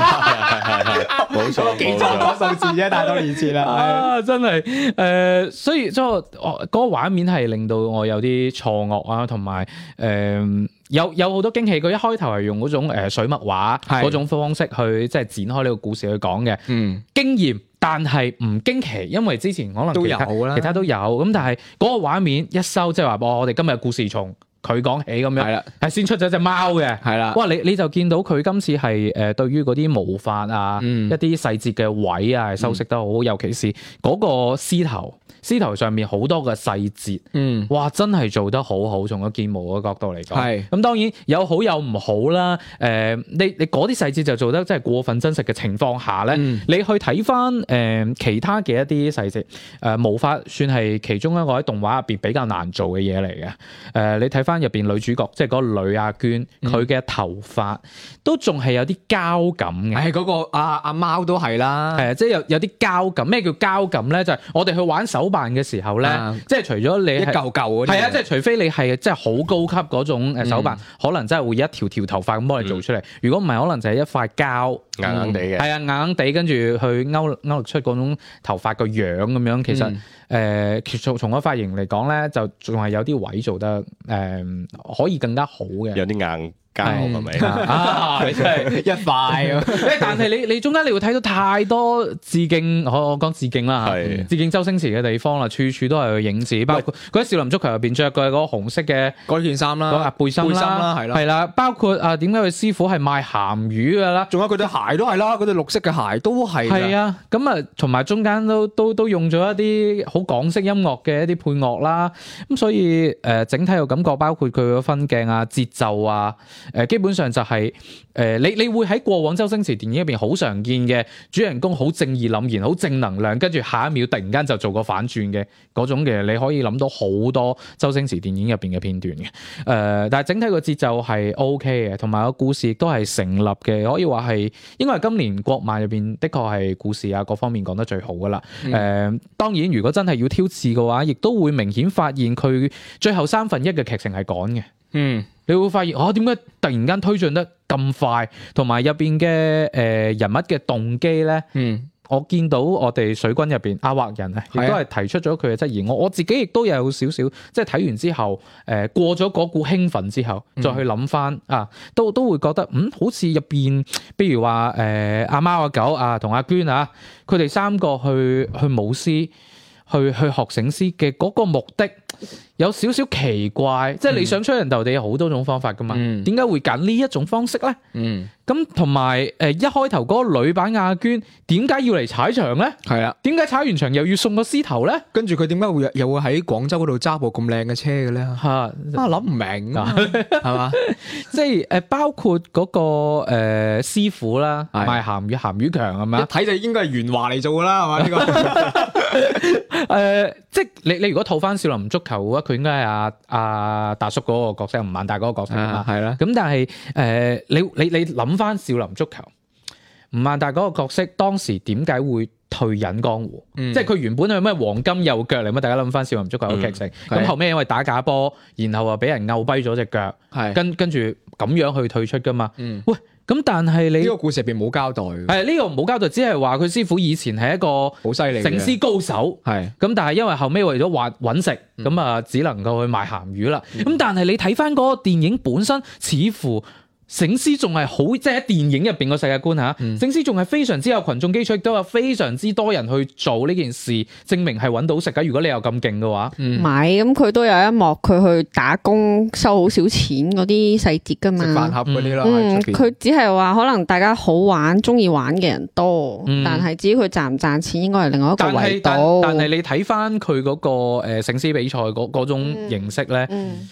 *laughs* 冇錯冇錯， *laughs* 數字啫，太多年前。啊！真係誒、呃所以所以我我嗰個畫面係令到我有啲錯愕啊，同埋誒有有好多驚喜。佢一開頭係用嗰種、呃、水墨畫係嗰種方式去即係展開呢個故事去講嘅。 *laughs* 嗯，經驗，但係唔驚奇，因為之前可能都其他有啦其他都有咁，但係嗰個畫面一收，即係話哦，我哋今日嘅故事從佢講起咁係樣，啦，係先出咗只貓嘅。係啦。哇！你你就見到佢今次係誒、呃、對於嗰啲毛髮啊、嗯一啲細節嘅位啊，係修飾得好，尤其是嗰個獅頭，獅頭上面好多嘅細節，嗯，哇！真係做得好好，從個建模嘅角度嚟講。係咁當然有好有唔好啦。誒、你你嗰啲細節就做得真係過分真實嘅情況下咧，嗯你去睇翻誒其他嘅一啲細節，誒、無法算係其中一個喺動畫入邊比較難做嘅嘢嚟嘅。誒、呃你睇翻入邊女主角，即係嗰個女阿娟，嗯佢嘅頭髮都仲係有啲膠感嘅。唉，嗰個阿阿貓都係啦。係啊，即係有有啲膠感。咩叫膠感咧？就係、我哋去玩手辦嘅時候咧，啊即係除咗你一係嚿嚿嗰啲。係啊，即係除非你係即係好高級嗰種誒手辦，嗯可能真係會一條條頭髮咁幫你做出嚟。如果唔係，可能就係一塊膠。硬硬地嘅。係啊，硬硬地跟住去勾勾勒出嗰種頭髮個樣咁樣，其實誒、嗯其實從個髮型嚟講咧，就仲係有啲位做得誒、可以更加好嘅。有啲硬膠係咪？ *laughs* 啊，你真係 *laughs* 係一塊咁。誒，但係你你中間你會睇到太多致敬，我我講致敬啦嚇係致敬周星馳嘅地方啦，處處都係佢影子，包括佢喺少林足球入邊着嘅嗰個紅色嘅嗰件衫嗰個啦，啊背心背心啦啦，，係啦。係啦，包括啊點解佢師傅係賣鹹魚嘅啦。仲有佢對鞋都係啦，嗰對綠色嘅鞋都係。係。啊，咁啊，同埋中間都都都用咗一啲好港式音樂嘅一啲配樂啦，咁所以誒、呃整體嘅感覺包括佢嘅分鏡啊、節奏啊，誒、基本上就係、呃你你會喺過往周星馳電影入邊好常見嘅主人公好正義凛然、好正能量，跟住下一秒突然間就做個反轉嘅嗰種嘅，你可以諗到好多周星馳電影入邊嘅片段嘅。誒、呃但係整體個節奏係 O K 嘅，同埋個故事亦都係成立嘅，可以話係應該係今年國漫入邊的確係故事啊各方面講得最好噶啦。誒、當然如果真係要挑刺嘅話，亦都會明顯發現佢最後三分一嘅劇情係趕嘅。嗯。你會發現啊，點解突然間推進得咁快，同埋入邊嘅誒人物嘅動機咧？嗯。我見到我哋水軍入邊阿畫人啊，亦係啊都係提出咗佢嘅質疑。我我自己亦都有少少，即係睇完之後，誒、過咗嗰股興奮之後，嗯再去諗翻啊，都都會覺得嗯，好似入邊，譬如話誒阿貓阿狗啊同阿娟啊，佢哋三個去去舞獅。去去學醒獅嘅嗰個目的有少少奇怪，即係你想出人頭地有好多種方法噶嘛，嗯點解、會揀呢一種方式咧？嗯。咁同埋呃誒一開頭嗰個女版亞娟點解要嚟踩場咧？係啦。點解踩完場又要送個獅頭咧？跟住佢點解會又會喺廣州嗰度揸部咁靚嘅車嘅咧？啊，嚇、諗唔明啊啊，係 *laughs* 嘛？即係誒包括嗰、個誒、呃、師傅啦，係賣鹹魚鹹魚強係一咪啊？睇就應該係袁華嚟做噶啦，係 *laughs* 嘛？呢個。誒、即係你你如果套翻少林足球嘅話，佢應該係阿阿大叔嗰個角色，吳孟達嗰個角色啊嘛。*laughs* 係啦。咁但係誒、呃你你你諗翻少林足球，吳孟達嗰個角色當時點解會退隱江湖？嗯即係佢原本係咩黃金右腳嚟嘛？大家諗翻少林足球嘅劇情，咁、係後尾因為打假波，然後啊俾人拗跛咗只腳，係。跟跟住咁樣去退出噶嘛。嗯。喂，咁但係你呢個故事入邊冇交代嘅，係呢個唔好交代，只係話佢師傅以前係一個好犀利嘅。整屍高手。係咁但係因為後尾為咗揾揾食，咁啊只能夠去賣鹹魚啦。咁但係你睇翻嗰個電影本身，似乎醒獅仲係好，即係喺電影入邊個世界觀嚇，醒獅仲係非常之有群眾基礎，亦都有非常之多人去做呢件事，證明係揾到食㗎。如果你又咁勁嘅話，唔係咁佢都有一幕佢去打工收好少錢嗰啲細節噶食飯嘛。盒嗰啲啦，嗯，喺出邊佢只係話可能大家好玩、中意玩嘅人多，嗯但係至於佢賺唔賺錢，應該係另外一個但維係但度。但係你睇翻佢嗰個誒醒獅比賽嗰嗰種形式咧，嗯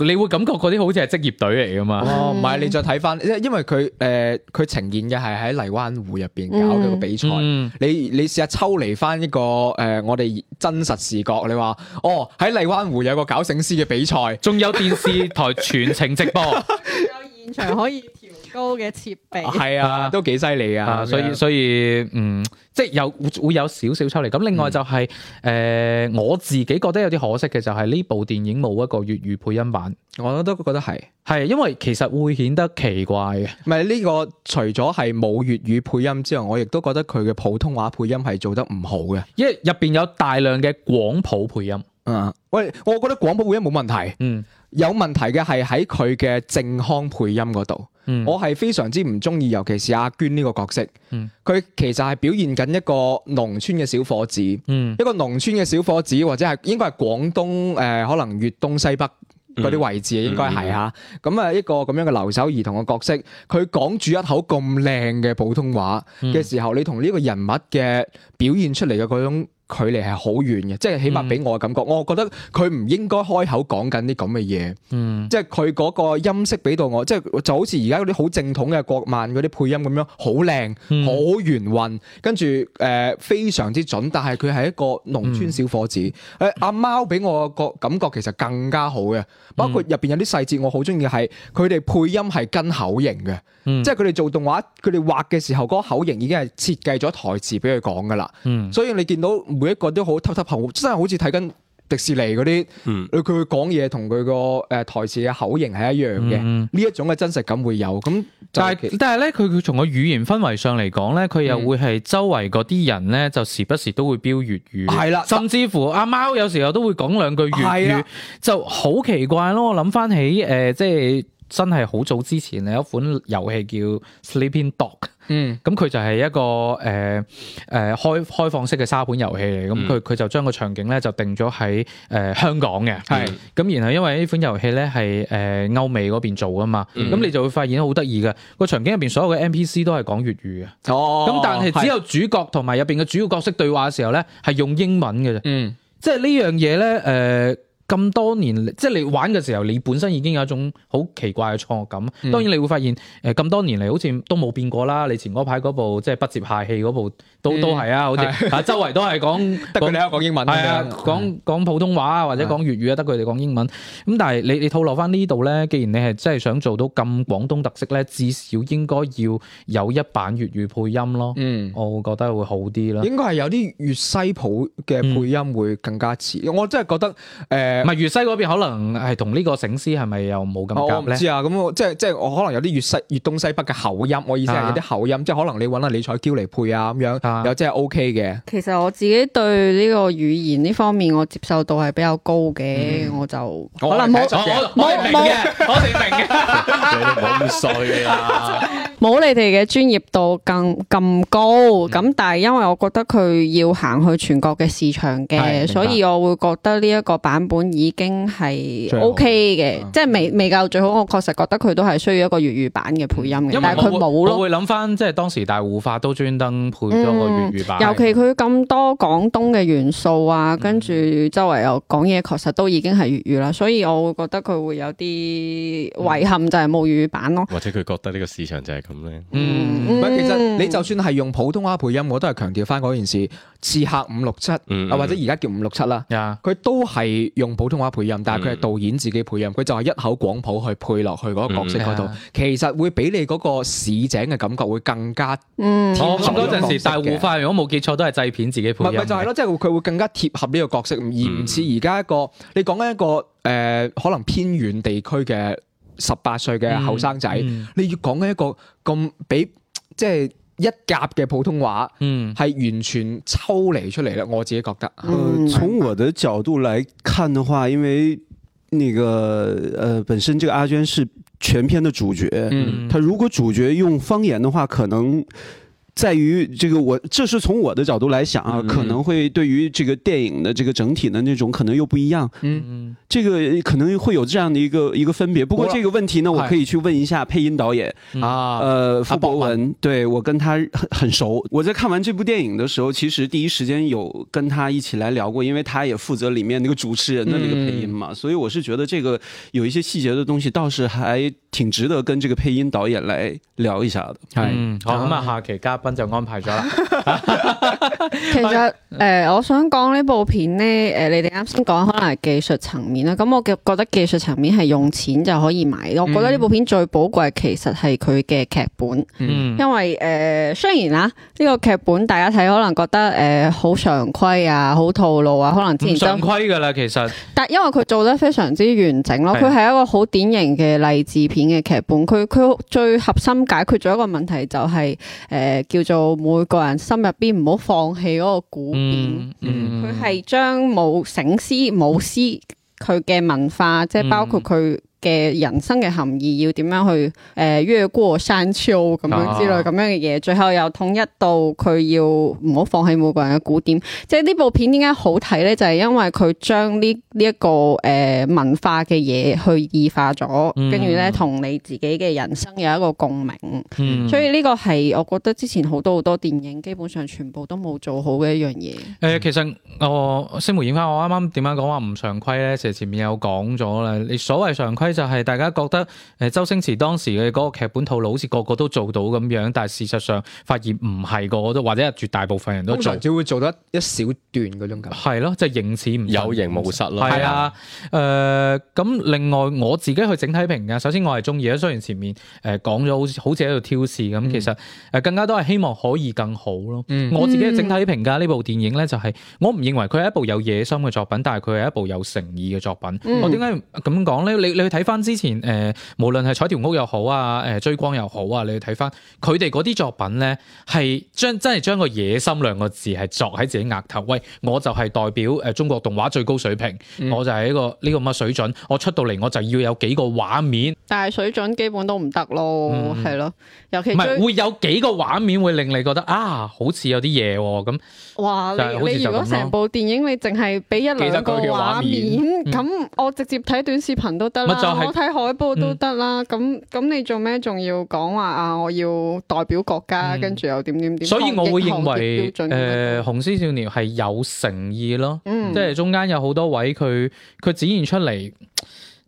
你會感覺嗰啲好似係職業隊嚟㗎嘛？哦，唔係你再睇翻，因因為佢誒佢呈現嘅係喺荔灣湖入邊搞嘅個比賽。嗯你你試下抽離翻一個誒、呃我哋真實視角，你話哦喺荔灣湖有個搞醒獅嘅比賽，仲有電視台全程直播有現場可以調高嘅設備，係啊，都幾犀利啊！啊，所以所以嗯，即係有會有少少抽離。咁另嗯外就係、呃我自己覺得有啲可惜嘅就係呢部電影冇一個粵語配音版，我都覺得係，係因為其實會顯得奇怪嘅。唔係呢個除咗係冇粵語配音之外，我亦都覺得佢嘅普通話配音係做得唔好嘅。因為入邊有大量嘅廣普配音，嗯，喂，我覺得廣播配音冇問題，嗯有問題嘅係喺佢嘅正腔配音嗰度。嗯，我係非常之唔中意，尤其是阿娟呢個角色，佢、嗯其實係表現緊一個農村嘅小伙子，一嗯個農村嘅小伙子或者係應該係廣東誒、呃可能粵東西北嗰啲位置應該嗯係嚇，咁啊、一個咁樣嘅留守兒童嘅角色，佢講住一口咁靚嘅普通話嘅時候，你同呢個人物嘅表現出嚟嘅嗰種。距離係好遠嘅，即係起嗯碼俾我嘅感覺，我覺得佢唔應該開口講緊啲咁嘅嘢。嗯即係佢嗰個音色俾到我，即係就好似而家嗰啲好正統嘅國漫嗰啲配音咁樣，好靚，嗯好圓潤，跟住誒非常之準。但係佢係一個農村小伙子。誒嗯阿貓俾我個感覺其實更加好嘅，包括入邊有啲細節我好中意係佢哋配音係跟口型嘅，嗯即係佢哋做動畫佢哋畫嘅時候嗰個口型已經係設計咗台詞俾佢講㗎啦。嗯所以你見到每一個都好揷揷後，真係好似睇緊迪士尼嗰啲，嗯佢會講嘢同佢個誒台詞嘅口型係一樣嘅，呢、嗯一種嘅真實感會有。咁就但其嗯係但係咧，佢佢從個語言氛圍上嚟講咧，佢又會係周圍嗰啲人咧，就時不時都會飆粵語，係啦甚至乎阿貓有時候都會講兩句粵係語啦，就好奇怪咯。我諗翻起誒、呃即係真係好早之前有一款遊戲叫《Sleeping Dog》。嗯咁佢就係一個誒誒、呃呃、開開放式嘅沙盤遊戲嚟，嗯咁佢佢就將個場景咧就定咗喺誒香港嘅，係咁然後因為呢款遊戲咧係誒歐美嗰邊做啊嘛，嗯咁、你就會發現好得意嘅個場景入邊所有嘅 NPC 都係講粵語嘅，哦咁、但係只係有主角同埋入邊嘅主要角色對話嘅時候咧係用英文嘅啫，嗯即係呢樣嘢咧誒。呃咁多年，即係你玩嘅時候，你本身已經有一種好奇怪嘅錯愕感。嗯當然你會發現，誒、咁多年嚟好似都冇變過啦。你前嗰排嗰部即係不接下氣嗰部，都、嗯都係啊，好似啊周圍都係講 *laughs* 得佢講哋喺度講英文咁係啊，樣講講普通話啊，或者講粵語啊，得佢哋講英文。咁但係你你套落翻呢度咧，既然你係真係想做到咁廣東特色咧，至少應該要有一版粵語配音咯。嗯。我會覺得會好啲啦。應該係有啲粵西普嘅配音會更加似，我真係覺得誒，呃唔係粵西嗰邊可能係同呢個醒獅係咪又冇咁我夾唔咧？知啊，咁我即係即係我可能有啲粵西粵東西北嘅口音，我意思係有啲口音，即係可能你揾阿李彩嬌嚟配啊咁啊樣，又真係 OK 嘅。 *laughs* 其實我自己對呢個語言呢方面我接受度係比較高嘅，嗯我就可能我係冇睇得我哋明嘅， *laughs* 我哋明嘅。你哋唔好咁衰 *laughs* 啦，冇你哋嘅專業度更咁高，嗯咁、但係因為我覺得佢要行去全國嘅市場係明白嘅，所以我會覺得呢一個版本已經係最好啊 O K 嘅，即係未未夠最好。我確實覺得佢都係需要一個粵語版嘅配音嘅，但係佢冇我咯。會諗翻，即係當時大護法都專登配咗個粵語版，尤其嗯佢咁多廣東嘅元素啊，嗯跟住周圍又講嘢，確實都已經係粵語啦，所以我會覺得佢會有啲遺憾，就係冇粵語版咯。或者佢覺得呢個市場就係咁咧。嗯，唔係，其實嗯你就算係用普通話配音，我都係強調翻嗰件事，刺客五六七啊，嗯或者而家叫五六七啦，呀，佢都係用普通話配音，但係佢係嗯導演自己配音，佢就係一口廣普去配落去嗰個角色嗰度嗯，其實會俾你嗰個市井嘅感覺會更加，嗯，我貼咁合嗰陣呢個角時，色大嘅護法如果冇記錯都係製片自己配咪音嘅，咪就係咯，即係佢會更加貼合呢個角色，而唔似而家一個你講緊一個誒可能偏遠地區嘅十八歲嘅後生仔，嗯你要講緊一個咁俾即係一甲嘅普通話，嗯，係完全抽離出嚟啦。我自己覺得，嗯嗯，从我的角度来看的话，因为那个呃，本身这个阿娟是全片的主角，嗯她如果主角用方言的话，可能。在于这个我，这是从我的角度来想嗯啊，可能会对于这个电影的这个整体的那种可能又不一样，嗯，这个可能会有这样的一个一个分别。不过我这个问题呢，我可以去问一下配音导演，嗯啊，呃，傅博博文，对我跟他很很熟。我在看完这部电影的时候，其实第一时间有跟他一起来聊过，因为他也负责里面那个主持人的那个配音嘛，所以我是觉得这个有一些细节的东西，倒是还挺值得跟这个配音导演来聊一下的。係嗯，好咁啊，下期嘉賓就安排咗啦。其 *laughs* 實诶、呃我想講呢部片呢，诶、你哋啱先講可能係技術層面啦。咁我嘅覺得技術層面係用錢就可以買。我覺得呢部片最寶貴其實係佢嘅劇本，嗯，因為诶、呃、雖然啊呢、個劇本大家睇可能覺得诶好、常規啊，好套路啊，可能之唔前常真，規噶啦，其實但因為佢做得非常之完整咯，係佢係一個好典型嘅勵志片嘅劇本。佢佢最核心解決咗一個問題就係呃叫做每個人心入邊唔好放棄嗰個古典。嗯嗯，佢係將冇醒獅舞獅佢嘅文化，即嗯係包括佢嘅人生嘅含義，要點樣去诶越過山丘咁樣之類啊咁樣嘅嘢，最後又統一到佢要唔好放棄每個人嘅古典。即係呢部片點解好睇咧？就係因為佢將呢呢一個诶文化嘅嘢去異化咗，嗯跟住咧同你自己嘅人生有一個共鳴。嗯所以呢個係我覺得之前好多好多電影基本上全部都冇做好嘅一樣嘢。誒、其實我星梅演翻，我啱啱點樣講話唔常規咧？其實前面有講咗啦。你所謂常規就係大家覺得誒、周星馳當時嘅嗰個劇本套路好似個個都做到咁樣，但係事實上發現唔係個個都，或者係絕大部分人都通做常。只會做到一一小段嗰種感覺。係嗯咯，即係形似唔真有形無實咯係啊，誒、咁另外我自己去整體評價，首先我係中意啦。雖然前面誒講咗好似好似喺度挑事咁，其實誒更加多係希望可以更好咯。嗯我自己嘅整體評價呢部電影咧，就係、我唔認為佢係一部有野心嘅作品，但係佢係一部有誠意嘅作品。嗯我點解咁講咧？你你去睇翻之前誒、無論係彩條屋又好啊，誒、追光又好啊，你去睇翻佢哋嗰啲作品咧，係將真係將個野心兩個字係作喺自己額頭。喂，我就係代表誒中國動畫最高水平，嗯我就係一個呢個咁嘅水準，我出到嚟我就要有幾個畫面，但係水準基本都唔得咯，嗯係咯、尤唔其係追會有幾個畫面會令你覺得啊，好似有啲嘢喎咁。哇！就係好你似你就如果咁咯成部電影你淨係俾一記得兩個佢嘅畫畫面，面咁、我直接睇短視頻都得咪啦，就係嗯我睇海報都得啦。咁咁、你做咩仲要講話啊？我要代表國家，嗯跟住又點點點？所以我會認為行業誒、標準咁樣呃《紅絲少年》係有誠意咯，嗯即係中間有好多位佢佢展現出嚟，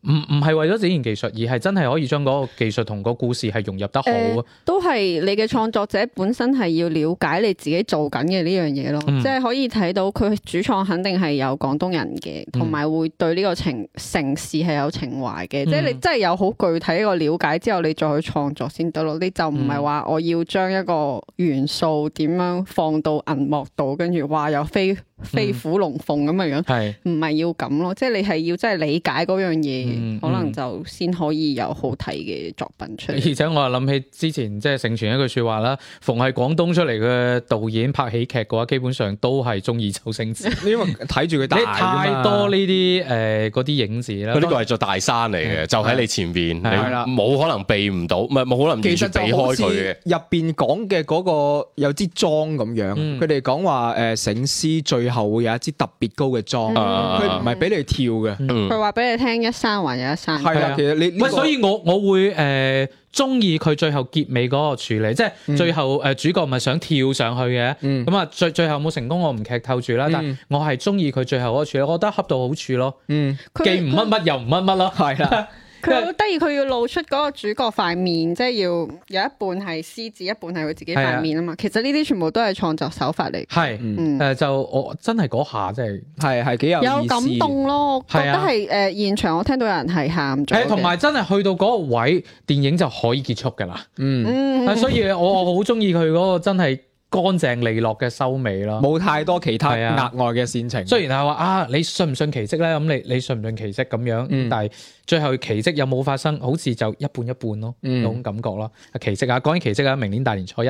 唔唔係為咗展現技術，而係真係可以將嗰個技術同個故事係融入得好啊。都係你嘅創作者本身係要了解你自己做緊嘅呢樣嘢咯，嗯即係可以睇到佢主創肯定係有廣東人嘅，嗯同埋會對呢個情城市係有情懷嘅，即係你嗯真係有好具體一個了解之後，你再去創作先得咯。你就唔係嗯話我要將一個元素點樣放到銀幕度，跟住話又嗯飛飛虎龍鳳咁嘅樣。係、唔係要咁咯，即係你係要真係理解嗰樣嘢，嗯可能就先可以有好睇嘅作品出而嚟。且我又諗起之前即係盛傳一句説話啦，逢係廣東出嚟嘅導演拍喜劇嘅話，基本上都係中意周星 *laughs* 馳。因為睇住佢你大㗎嘛太多呢啲誒嗰啲影子啦，呢個係座大山嚟嘅，就喺你前邊，你係啦冇可能避唔到，唔係冇可能完其實全避就好開似佢嘅。入邊講嘅嗰個有支裝咁樣，嗯佢哋講話誒醒獅最後會有一支特別高嘅裝，啊嗯佢唔係俾你跳嘅，嗯佢話俾你聽一山還有一山。嗯係係啊啦，其實你呢喂，個所以我我會誒中意佢最後結尾嗰個處理，即嗯係最後誒、呃主角咪想跳上去嘅，嗯咁啊、最最後冇成功，我唔劇透住啦，但係我係中意佢最後嗰個處理，我覺得恰到好處咯，嗯佢既唔乜乜又唔乜乜咯，係啦，佢好得意，佢要露出嗰個主角塊面，即係要有一半係獅子，一半係佢自己塊面啊嘛。其實呢啲全部都係創作手法嚟。 *laughs* 係誒、嗯嗯，就我真係嗰下真係。係係幾有有意感思。動咯，我覺係得啊係誒現場我聽到有人係喊咗誒，嘅。同埋真係去到嗰個位，電影就可以結束㗎啦。嗯嗯，啊所以我我好中意佢嗰個真係乾淨利落嘅收尾咯。冇太多其他啊係啊額外嘅煽情。雖然係話啊，你信唔信奇蹟咧？咁你你信唔信奇蹟咁樣？嗯但係最後奇蹟有冇發生？好似就一半一半咯，嗯嗰種感覺咯。啊奇蹟啊，講起奇蹟啊，明年大年初一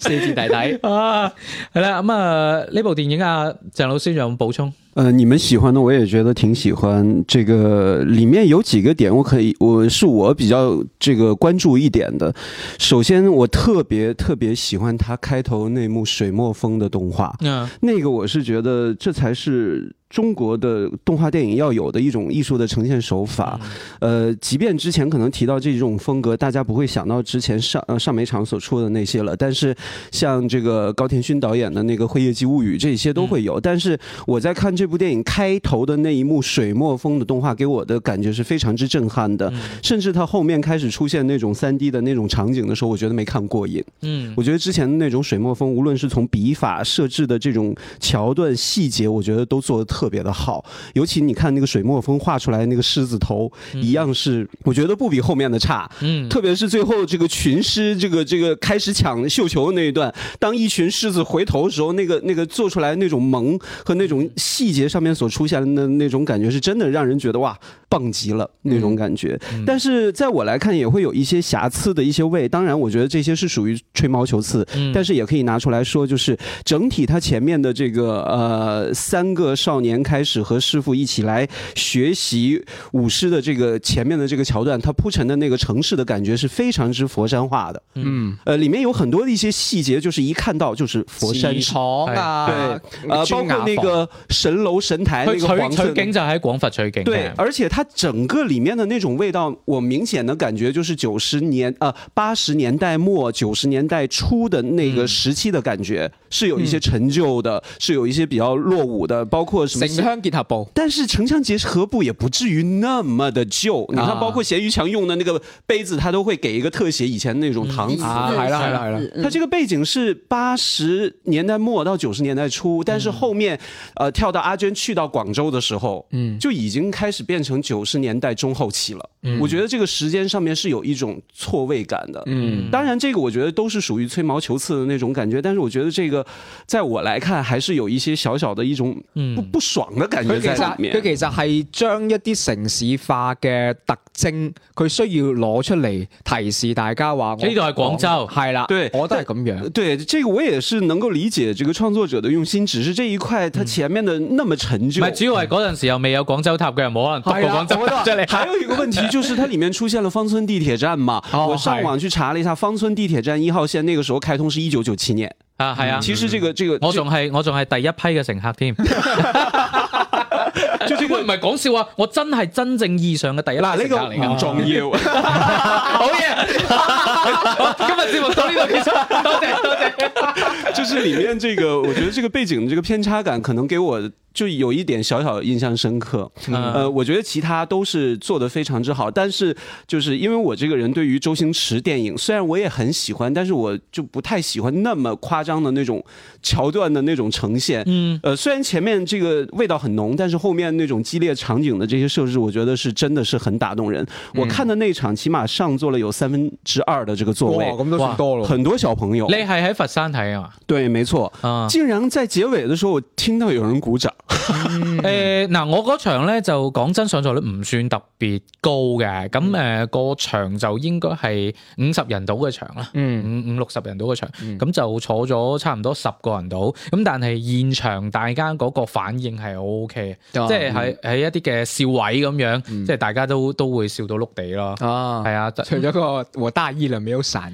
四字弟 *laughs* 弟，啊，係啦。咁啊，呢部電影啊，鄭老師仲有冇補充？呃，你们喜欢的我也觉得挺喜欢。这个里面有几个点，我可以，我是我比较这个关注一点的。首先，我特别特别喜欢它开头那幕水墨风的动画，嗯那个我是觉得这才是中国的动画电影要有的一种艺术的呈现啊手嗯法。呃，即便之前可能提到这种风格，大家不会想到之前上呃上美厂所出的那些了，但是像这个高田勋导演的那个《辉夜姬物语》这些都会有。但是我在看这部电影开头的那一幕水墨风的动画，给我的感觉是非常之震撼嗯的，甚至它后面开始出现那种三 D 的那种场景的时候，我觉得没看过瘾。嗯我觉得之前的那种水墨风，无论是从笔法设置的这种桥段细节，我觉得都做得特别的好。尤其你看那个水墨风画出来的那个狮子头，一样是我觉得不比后面的差。嗯，特别是最后这个群狮，这个这个开始抢绣球的那一段，当一群狮子回头的时候，那个那个做出来那种萌和那种细节上面所出现的那那种感觉，是真的让人觉得哇，棒极了那种感觉。但是在我来看，也会有一些瑕疵的一些位。当然，我觉得这些是属于吹毛求疵，但是也可以拿出来说，就是整体它前面的这个呃三个少年开始和师傅一起来学习舞狮的这个前面的这个桥段，它铺陈的那个城市的感觉是非常之佛山化的。嗯，呃，里面有很多的一些细节，就是一看到就是佛山市。廠啊，对，呃，包磚括瓦那房個神樓神台 *laughs* 那個佢黃取色取的景就喺廣佛取景嘅啊对，而且它整个里面的那种味道，我明显的感觉就是九十年呃八十年代末九十年代初的那个时期的感觉，是有一些陈旧的，是有一些比较落伍的，包括什么城。鄉結合部，但是城乡结合部也不至于那么的旧，你看，包括咸鱼强用的那个杯子，它都会给一个特写以前那种唐意瓷思啊係啦係啦係啦嗯嗯它这个背景是八十年代末到九十年代初，但是后面呃跳到阿娟去到广州的时候，嗯，就已经开始变成九十年代中后期了。嗯我觉得这个时间上面是有一种错位感的。嗯，当然这个我觉得都是属于吹毛求疵的那种感觉，但是我觉得这个在我来看还是有一些小小的一种不不爽的感觉佢其在實里佢面。其實係將一啲城市化嘅特徵，佢需要攞出嚟提示大家話我呢度係廣州係啦，對我都係 *laughs* 咁樣。对，这个我也是能够理解这个创作者的用心，只是这一块它前面的那么陈唔旧，係主要係嗰陣時又未有廣州塔嘅，冇可能篤係個啦廣州塔出嚟。还有一个问题就是它里面出现了芳村地铁站嘛，哦我上网去查了一下，芳村地铁站一号线那个时候开通是一九九七年，啊，係啊，嗯其实这个这个我这仲係我仲係第一批嘅乘客 *laughs* 添。就呢個唔係講笑啊！我真係真正意義上嘅第一嗱批呢乘客嚟个唔㗎。重要，好嘢！ *laughs* 今日節目到呢度結束， *laughs* 多謝多謝。就是里面这个我觉得这个背景的这个偏差感可能给我。就有一点小小印象深刻，嗯呃，我觉得其他都是做得非常之好，但是就是因为我这个人对于周星驰电影，虽然我也很喜欢，但是我就不太喜欢那么夸张的那种桥段的那种呈现，嗯，呃，虽然前面这个味道很浓，但是后面那种激烈场景的这些设置，我觉得是真的是很打动人。我看的那场起码上座了有三分之二的这个座哇，位，咁都算多咯。很多小朋友你。係喺佛山睇啊对，没错。嘛？啊，竟然在结尾的时候，我听到有人鼓掌。嗯誒嗱，我嗰場咧就講真上座率唔算特別高嘅，咁嗯誒個場就應該係五十人到嘅場啦。嗯，五五六十人到嘅場，咁、就坐咗差唔多十個人到，咁但係現場大家嗰個反應係 O K 嘅，啊嗯即係喺喺一啲嘅笑位咁樣，即係大家都都會笑到碌地咯，啊係，啊，除咗個我大意了沒有散，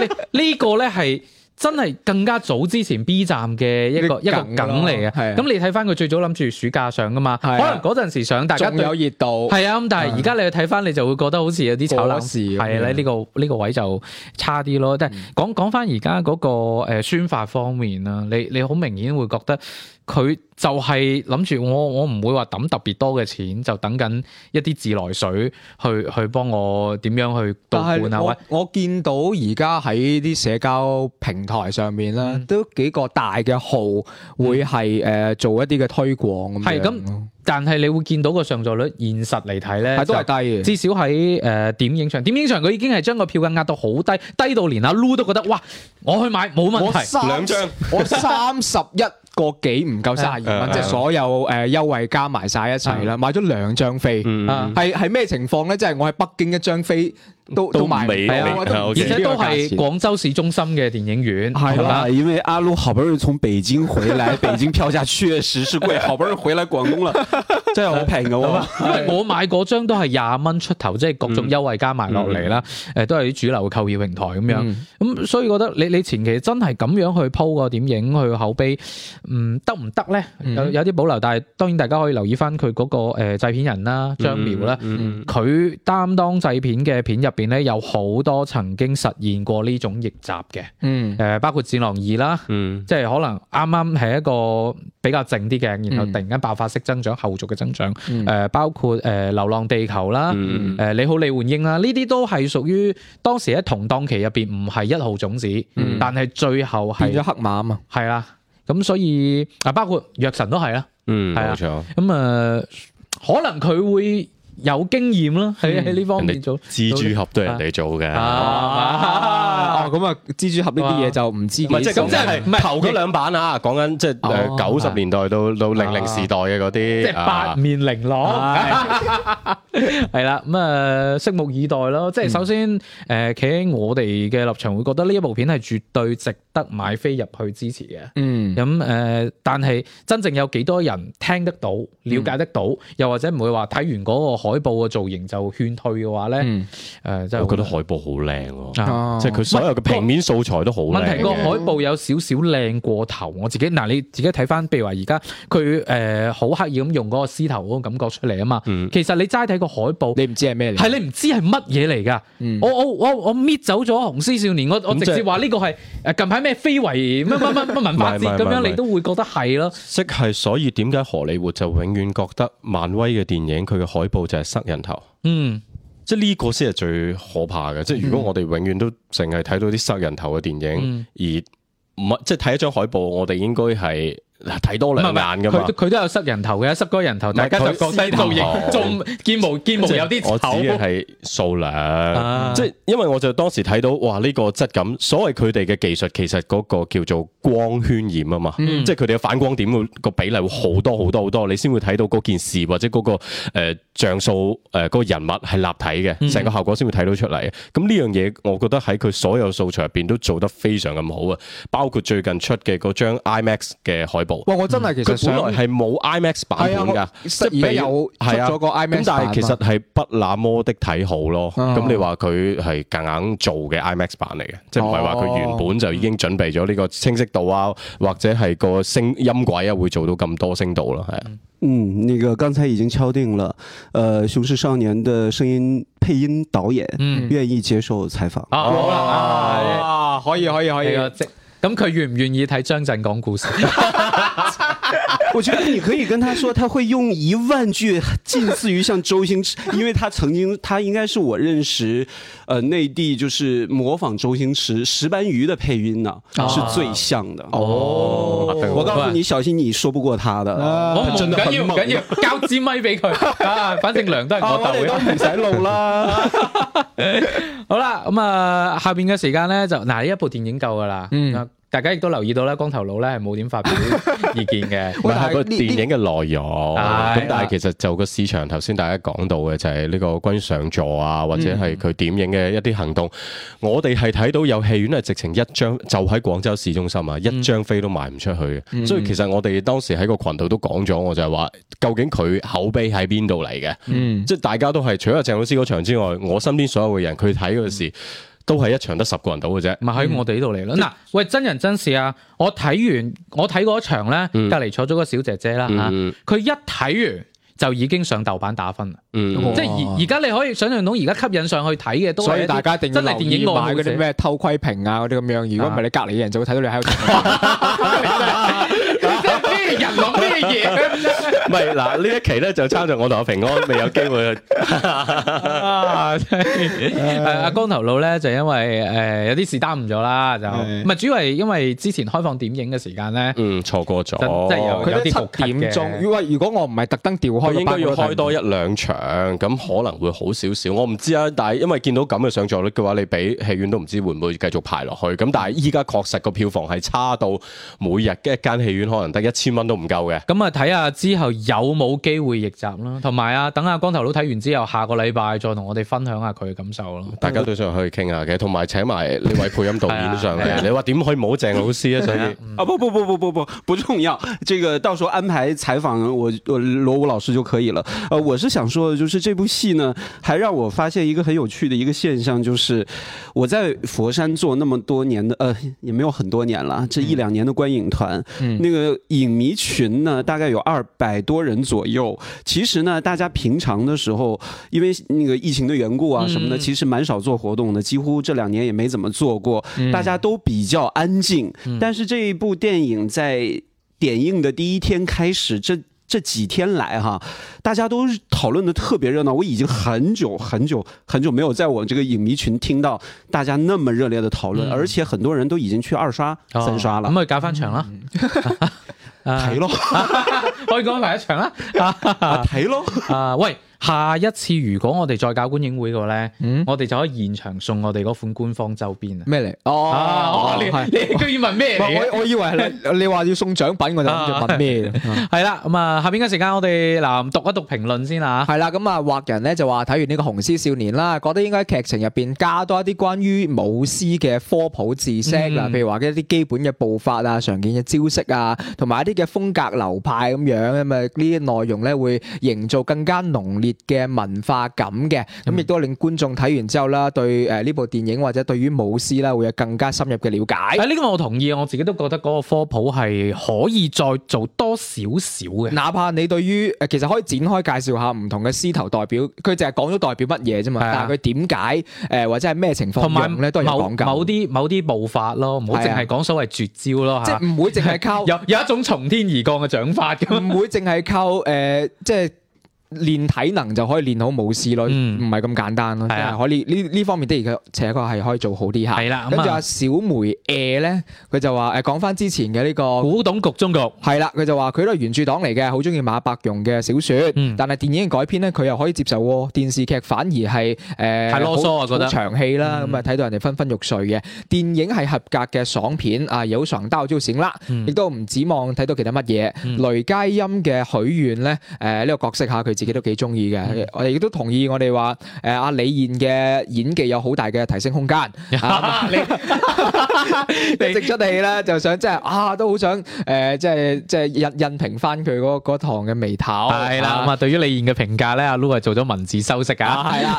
呢呢個咧係。真係更加早之前 B 站嘅一個一一個個梗梗嚟嘅，咯係啊咁你睇翻佢最早諗住暑假上噶嘛，可係啊能嗰陣時 *laughs* 上大家仲對有熱度。係啊，咁但係而家你去睇翻，你就會覺得好似有啲炒冷過時咁樣啊係咧呢個呢個位就差啲咯。但係講講翻而家嗰個誒宣發方面啦，你你好明顯會覺得佢就係諗住我我唔會話抌特別多嘅錢，就等緊一啲自來水去去幫我點樣去倒但灌啊，或係我我見到而家喺啲社交平台上面啦，都幾個大嘅號會係誒做一啲嘅推廣咁樣。係咁但係你會見到個上座率，現實嚟睇咧，係都係就低嘅。至少喺誒、呃、點影場，點影場佢已經係將個票價壓到好低，低到連阿 Lu 都覺得哇，我去買冇問我題。三兩張，我三十一個幾唔夠三十二蚊，嗯即係所有誒優惠加埋晒一齊啦，買咗兩張飛。啊係係咩情況咧？即係我喺北京一張飛都都賣未係啊未我都啊唔，OK 而知且呢個都價係錢廣州市中心嘅電影院，好係嘛啦，因为阿路好不容易从北京回来， *laughs* 北京票价确实是贵，好不容易回来广东了，真系好平噶啊喎。因為我買嗰張都係廿蚊出頭，即係各種優惠加埋落嚟啦，誒、都係啲主流嘅購票平台嗯咁樣，咁、所以覺得你你前期真係咁樣去鋪個點影去口碑，嗯得唔得咧？有有啲保留，但係當然大家可以留意翻佢嗰個誒製片人啦，張苗啦。嗯，佢擔當製片嘅片入邊咧，有好多曾經實現過呢種逆襲嘅，誒、嗯。包括《戰狼二》啦，嗯即係可能啱啱係一個比較靜啲嘅，嗯然後突然間爆發式增長、後續嘅增長，誒、包括誒、流浪地球》啦，誒、嗯你好李焕英》啦，呢啲都係屬於當時喺同檔期入邊唔係一號種子，嗯但係最後變咗係黑馬啊嘛，係啦，咁所以啊，包括《藥神》都係啦。嗯，係啊冇錯，咁啊，可能佢會有經驗啦，喺喺呢方嗯人面哋做蜘蛛俠都係人哋做嘅，啊，*laughs* 哦咁啊，蜘蛛俠呢啲嘢就啊唔知唔係幾即係時咁，即係唔係頭嗰兩版啊，講緊即係哦誒九十年代到到零零時代嘅嗰即係啲八啊，面玲瓏，係啦，咁啊，拭目以待咯。即係首先，誒，企喺我哋嘅立場，會覺得呢一部片係絕對值得買飛入去支持嘅。嗯咁誒、呃但係真正有幾多人聽得到、了解得到，又或者唔會話睇完嗰個海報嘅造型就勸退嘅話咧，誒、嗯真係我覺得好海報好靚喎，啊哦即係佢所有嘅平面素材都好問靚題個嘅。海報有少少靚過頭，我自己嗱你自己睇翻，譬如話而家佢誒好刻意咁用嗰個獅頭嗰個感覺出嚟啊嘛。嗯其實你齋睇個海報，你唔知係咩嚟，係你唔知係乜嘢嚟㗎。我我我我搣走咗紅絲少年，我我直咁嗯即係接話呢個係誒近排咩非遺乜乜 *laughs* 乜乜文化節唔係唔係咁唔係樣，唔係你都會覺得係咯。即係所以點解荷里活就永遠覺得漫威嘅電影佢嘅海報就係塞人頭，嗯，即係呢個先係最可怕嘅。即係如果我哋永遠都淨係睇到啲塞人頭嘅電嗯影，而唔係即係睇一張海報，我哋應該係睇多唔係兩唔係眼噶嘛佢。佢都有塞人頭嘅，塞嗰個人頭，係大家就覺佢得造型獅頭仲見毛見毛即係有啲我指嘅醜。係數量，啊即係因為我就當時睇到哇呢個質感，所謂佢哋嘅技術其實嗰個叫做光渲染啊嘛，嗯即係佢哋嘅反光點會個比例會好多好多好多，你先會睇到嗰件事或者嗰個誒像素誒嗰個人物係立體嗯嘅，成個效果先會睇到出嚟嘅。咁呢樣嘢我覺得喺佢所有素材入邊都做得非常咁好啊，包括最近出嘅嗰張 IMAX 嘅海報。哇！我真係其實佢想本來係冇 IMAX 版本係㗎啊，我而家俾有出係啊咗個 IMAX 咁但係其實係不那麼的睇好咯。啊咁你話佢係夾硬做嘅 IMAX 版嚟嘅，即係唔係話佢原本就已經準備咗呢個清晰度啊，或者係個聲音軌啊會做到咁多聲度啦，係啊。嗯，那个刚才已经敲定了，呃，《雄狮少年》的声音配音导演嗯愿意接受采访。啊，好啦啊。啊，可以可以可以係，啊，即咁佢願唔願意睇張震講故事？ *laughs* 我觉得你可以跟他说，他会用一万句近似于像周星驰，因为他曾经，他应该是我认识，呃，内地就是模仿周星驰石斑鱼的配音呢、是最像的。哦我告诉你，小心你说不过他的。我唔真的緊很要，唔猛緊要，交支咪俾佢啊！反正糧都係啊，我我哋鬥都嘅。唔使錄啦。好啦，咁啊，下邊嘅時間咧就嗱，呢一部電影夠噶啦。嗯，大家亦都留意到啦，光頭佬咧係冇點發表 *laughs* 意見嘅。唔係但係係個呢啊電影嘅內容，係咁但係其實就個市場頭先大家講到嘅就係呢個關於上座啊，或者嗯係佢點影嘅一啲行動，我哋係睇到有戲院係直情一張就喺廣州市中心啊，嗯一張飛都賣唔出去嘅，所以其實我哋當時喺個群度都講咗，我就係話究竟佢口碑喺邊度嚟嘅？嗯即係大家都係除咗鄭老師嗰場之外，我身邊所有嘅人佢睇嗰嗯時都係一場得十個人到嘅啫。咪喺我哋呢度嚟咯。嗱，喂，真人真事啊！我睇完，我睇嗰場咧，隔離坐咗個小姐姐啦啊嚇，嗯佢一睇完就已經上豆瓣打分啦。嗯，即係而而家你可以想象到，而家吸引上去睇嘅都係所以啲大家一定要真係留電意影愛好買嗰者啲咩偷窺屏啊嗰啲咁 *laughs* 樣，如果唔係你隔離嘅人就會睇到你喺度。咩人諗咩咩嘢？唔係嗱，呢一期咧就參在我同阿平安未有機會去。 *laughs* 啊，真係誒阿光頭佬咧就因為誒有啲事耽誤咗啦，就係唔係主要係因為之前開放點映嘅時間咧，嗯，錯過咗，真真係有佢都啲焗咳七點鐘。如果如果我唔係特登調哦佢開，應該要開多一。兩場，咁可能會好少少，我唔知啊。但係因為見到咁嘅上座率嘅話，你俾戲院都唔知會唔會繼續排落去。咁但係依家確實個票房係差到每日嘅一間戲院可能得一千蚊都唔夠嘅。咁啊睇下之後有冇機會逆襲啦，同埋啊等阿光頭佬睇完之後，下個禮拜再同我哋分享下佢嘅感受咯。大家都想去傾下嘅，同埋請埋呢位配音導演上係啊嚟，你話點可以冇鄭老師啊？所以啊不不不不不不不重要，这个到时候安排采访我我罗武老师就可以了。呃，我是想说的就是这部戏呢，还让我发现一个很有趣的一个现象，就是我在佛山做那么多年的，呃，也没有很多年了，这一两年的观影团，那个影迷群呢，大概有二百多人左右。其实呢，大家平常的时候，因为那个疫情的缘故啊什么的，其实蛮少做活动的，几乎这两年也没怎么做过，嗯大家都比较安静。但是这一部电影在点映的第一天开始，这。这几天来哈，大家都是讨论的特别热闹。我已经很久很久很久没有在我这个影迷群听到大家那么热烈的讨论，而且很多人都已经去二刷、三刷了哦啊咁。咪搞翻場啦，嗯 *laughs* 啊睇咯，可以講埋一場啦。睇咯。 *laughs* 啊，喂，下一次如果我哋再搞觀影會嘅話咧，嗯我哋就可以現場送我哋嗰款官方周邊啊。咩嚟？啊！哦你，你居然問咩嚟嘅？我我以為係你你話要送獎品，我就諗住問咩。係啦，咁啊，下邊嘅時間我哋嗱讀一讀評論先啦。係啦，咁啊，畫人咧就話睇完呢個《紅絲少年》啦，覺得應該喺劇情入邊加多一啲關於舞獅嘅科普知識嗱，譬如話一啲基本嘅步法啊、常見嘅招式啊，同埋一啲嘅風格流派咁樣咁啊，呢啲內容咧會營造更加濃烈嘅文化感嘅，咁亦都令觀眾睇完之後啦，對誒呢部電影或者對於舞獅啦會有更加深入嘅了解啊，。呢個我同意，我自己都覺得嗰個科普係可以再做多少少嘅。哪怕你對於誒，其實可以展開介紹下唔同嘅獅頭代表，佢就係講咗代表乜嘢啫嘛，係啊但係佢點解呃誒或者係咩情同況埋用咧，都係有某講究。啊某啲某啲步法咯，唔好淨係講所謂絕招咯即嚇係。唔會淨 *laughs* 係靠，啊有有一種從天而降嘅掌法咁。唔會淨係靠誒，即係練體能就可以練好武師咯，嗯唔係咁簡單咯。係啊真係可以呢呢方面的而且且確係可以做好啲下。係啦，跟咁住阿啊，小梅 A 咧，佢就話誒講翻之前嘅呢個。古董局中局。係啦，佢就話佢都係原著黨嚟嘅，好中意馬伯庸嘅小說，嗯但係電影改編咧，佢又可以接受喎。電視劇反而係誒、呃、太囉嗦啊好覺得嗯好長戲啦，咁啊睇到人哋昏昏欲睡嘅。電影係合格嘅爽片啊，有爽到就閃啦，嗯亦都唔指望睇到其他乜嘢。雷佳音嘅許願咧，誒、呢、個角色嚇佢自己都幾中意嗯嘅，我哋亦都同意我哋話誒阿李現嘅演技有好大嘅提 *laughs* 升空間。啊一直出嚟啦，就想即係啊，都好想誒，即係即係印印平翻佢嗰嗰堂嘅眉頭。係啦，咁啊，對於李現嘅評價咧，阿 Lu 係做咗文字修飾啊。啊，係啦，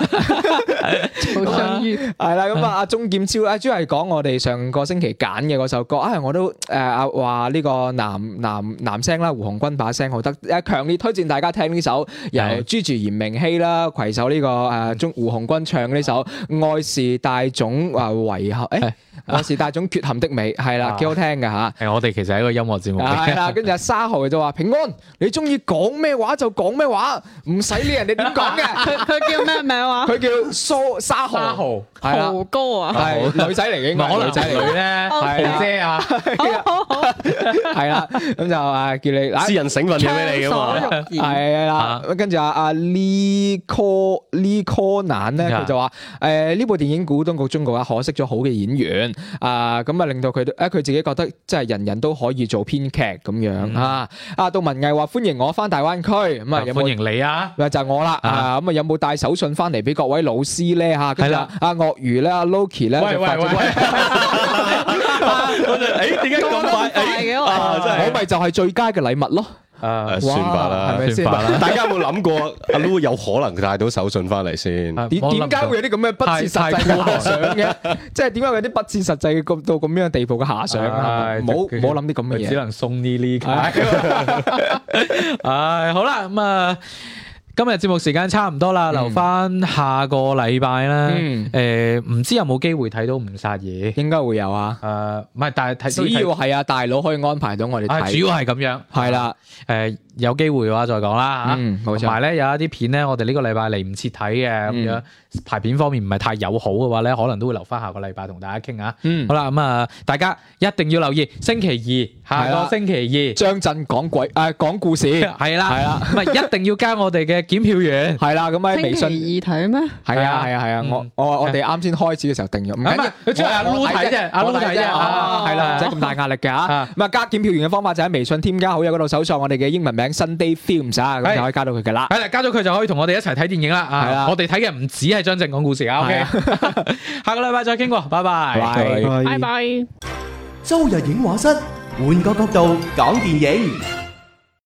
好相遇。係啦，咁啊，阿鐘劍超啊，主要係講我哋上個星期揀嘅嗰首歌，啊，我都誒啊話呢個男男男聲啦，胡鴻鈞把聲好得，誒強烈推薦大家聽呢首由係 Gigi 炎明熹啦攜手呢個誒中胡鴻鈞唱嘅呢首《愛是帶種啊遺憾》，誒係愛是帶種缺陷的美，係啦，啊幾好聽㗎嚇。係我哋其實係一個音樂節目嚟系嘅。啦，跟住阿沙豪就話：平安，你中意講咩話就講咩話，唔使理人哋點講嘅。佢佢叫咩名話？佢叫蘇沙豪，沙豪係啦，豪哥啊！係女仔嚟嘅，應該係可女能仔仔嚟女咧，係啊豪姐啊，嘅，係啦，咁就啊叫你 *laughs* 私嗱，人醒份嘢俾你噶 *laughs* 嘛。暢所欲言。啊係啦，跟住阿阿 Lee Co Lee Co 南咧，佢就話：誒呢部電影《古東局中國》啊，可惜咗好嘅演員啊，咁啊令到佢誒佢自己覺得即係人人都可以做編劇咁樣啊。啊，杜文毅話歡迎我翻大灣區，咁啊有冇歡？迎你啊！咪就係我啦，啊啊咁啊有冇帶手信翻嚟俾各位老師咧嚇？跟住啊阿鱷魚咧、阿 Loki 咧喂就發喂咗，喂！我 *laughs* 就誒哎點解咁 *laughs* 快？快嘅誒我啊真係我咪就係最佳嘅禮物咯，誒誒算哇吧係啦咪。先算吧啦。大家有冇諗過阿 Lu 有可能帶到手信翻嚟先？Ờ, 點點解會有啲咁嘅不切實際嘅遐想嘅？即係點解會有啲不切實際嘅到咁樣地步嘅遐想啊？唉唔好唔佢好諗啲咁嘅佢只嘢。能送呢呢卡。唉，好啦，咁啊。今日節目時間差唔多啦，留翻下個禮拜 à? 啦。嗯誒，唔知有冇機會睇到誤殺嘢？應該會有啊。誒，唔係，但係睇只要係啊，大佬可以安排到我哋啊，主睇，要係咁樣，係啦，誒呃有機會嘅話再講啦嚇。嗯，冇同埋錯，嗯咧有一啲片咧，我哋呢個禮拜嚟唔切睇嘅咁樣，排片方面唔係太友好嘅話咧，可能都會留翻下個禮拜同大家傾下。嗯好，啦，咁啊，大家一定要留意星期二，係下啦個星期張震講鬼誒講故事，二係啦， *laughs* 係啦，唔係一定要加我哋嘅檢票員。 *laughs* 係啦，咁喺微星期信。二睇咩？係啊係啊係啊！嗯我我我哋啱先開始嘅時候定咗，唔緊唔係佢要，只係阿 Loo 我我睇啫阿 Loo 我睇啫啊哦係啦唔使咁大壓力嘅嚇啊。咁啊，加檢票員嘅方法就喺微信添加好友嗰度搜索我哋嘅英文名 Sunday Films 啊，咁係就可以加到佢嘅啦。係啦，加咗佢就可以同我哋一齊睇電影啦。係啊，啦我哋睇嘅唔止係張正講故事啊。OK，下 *laughs* 個禮拜再傾過，拜拜。拜。拜拜。周日影畫室，換個角度講電影。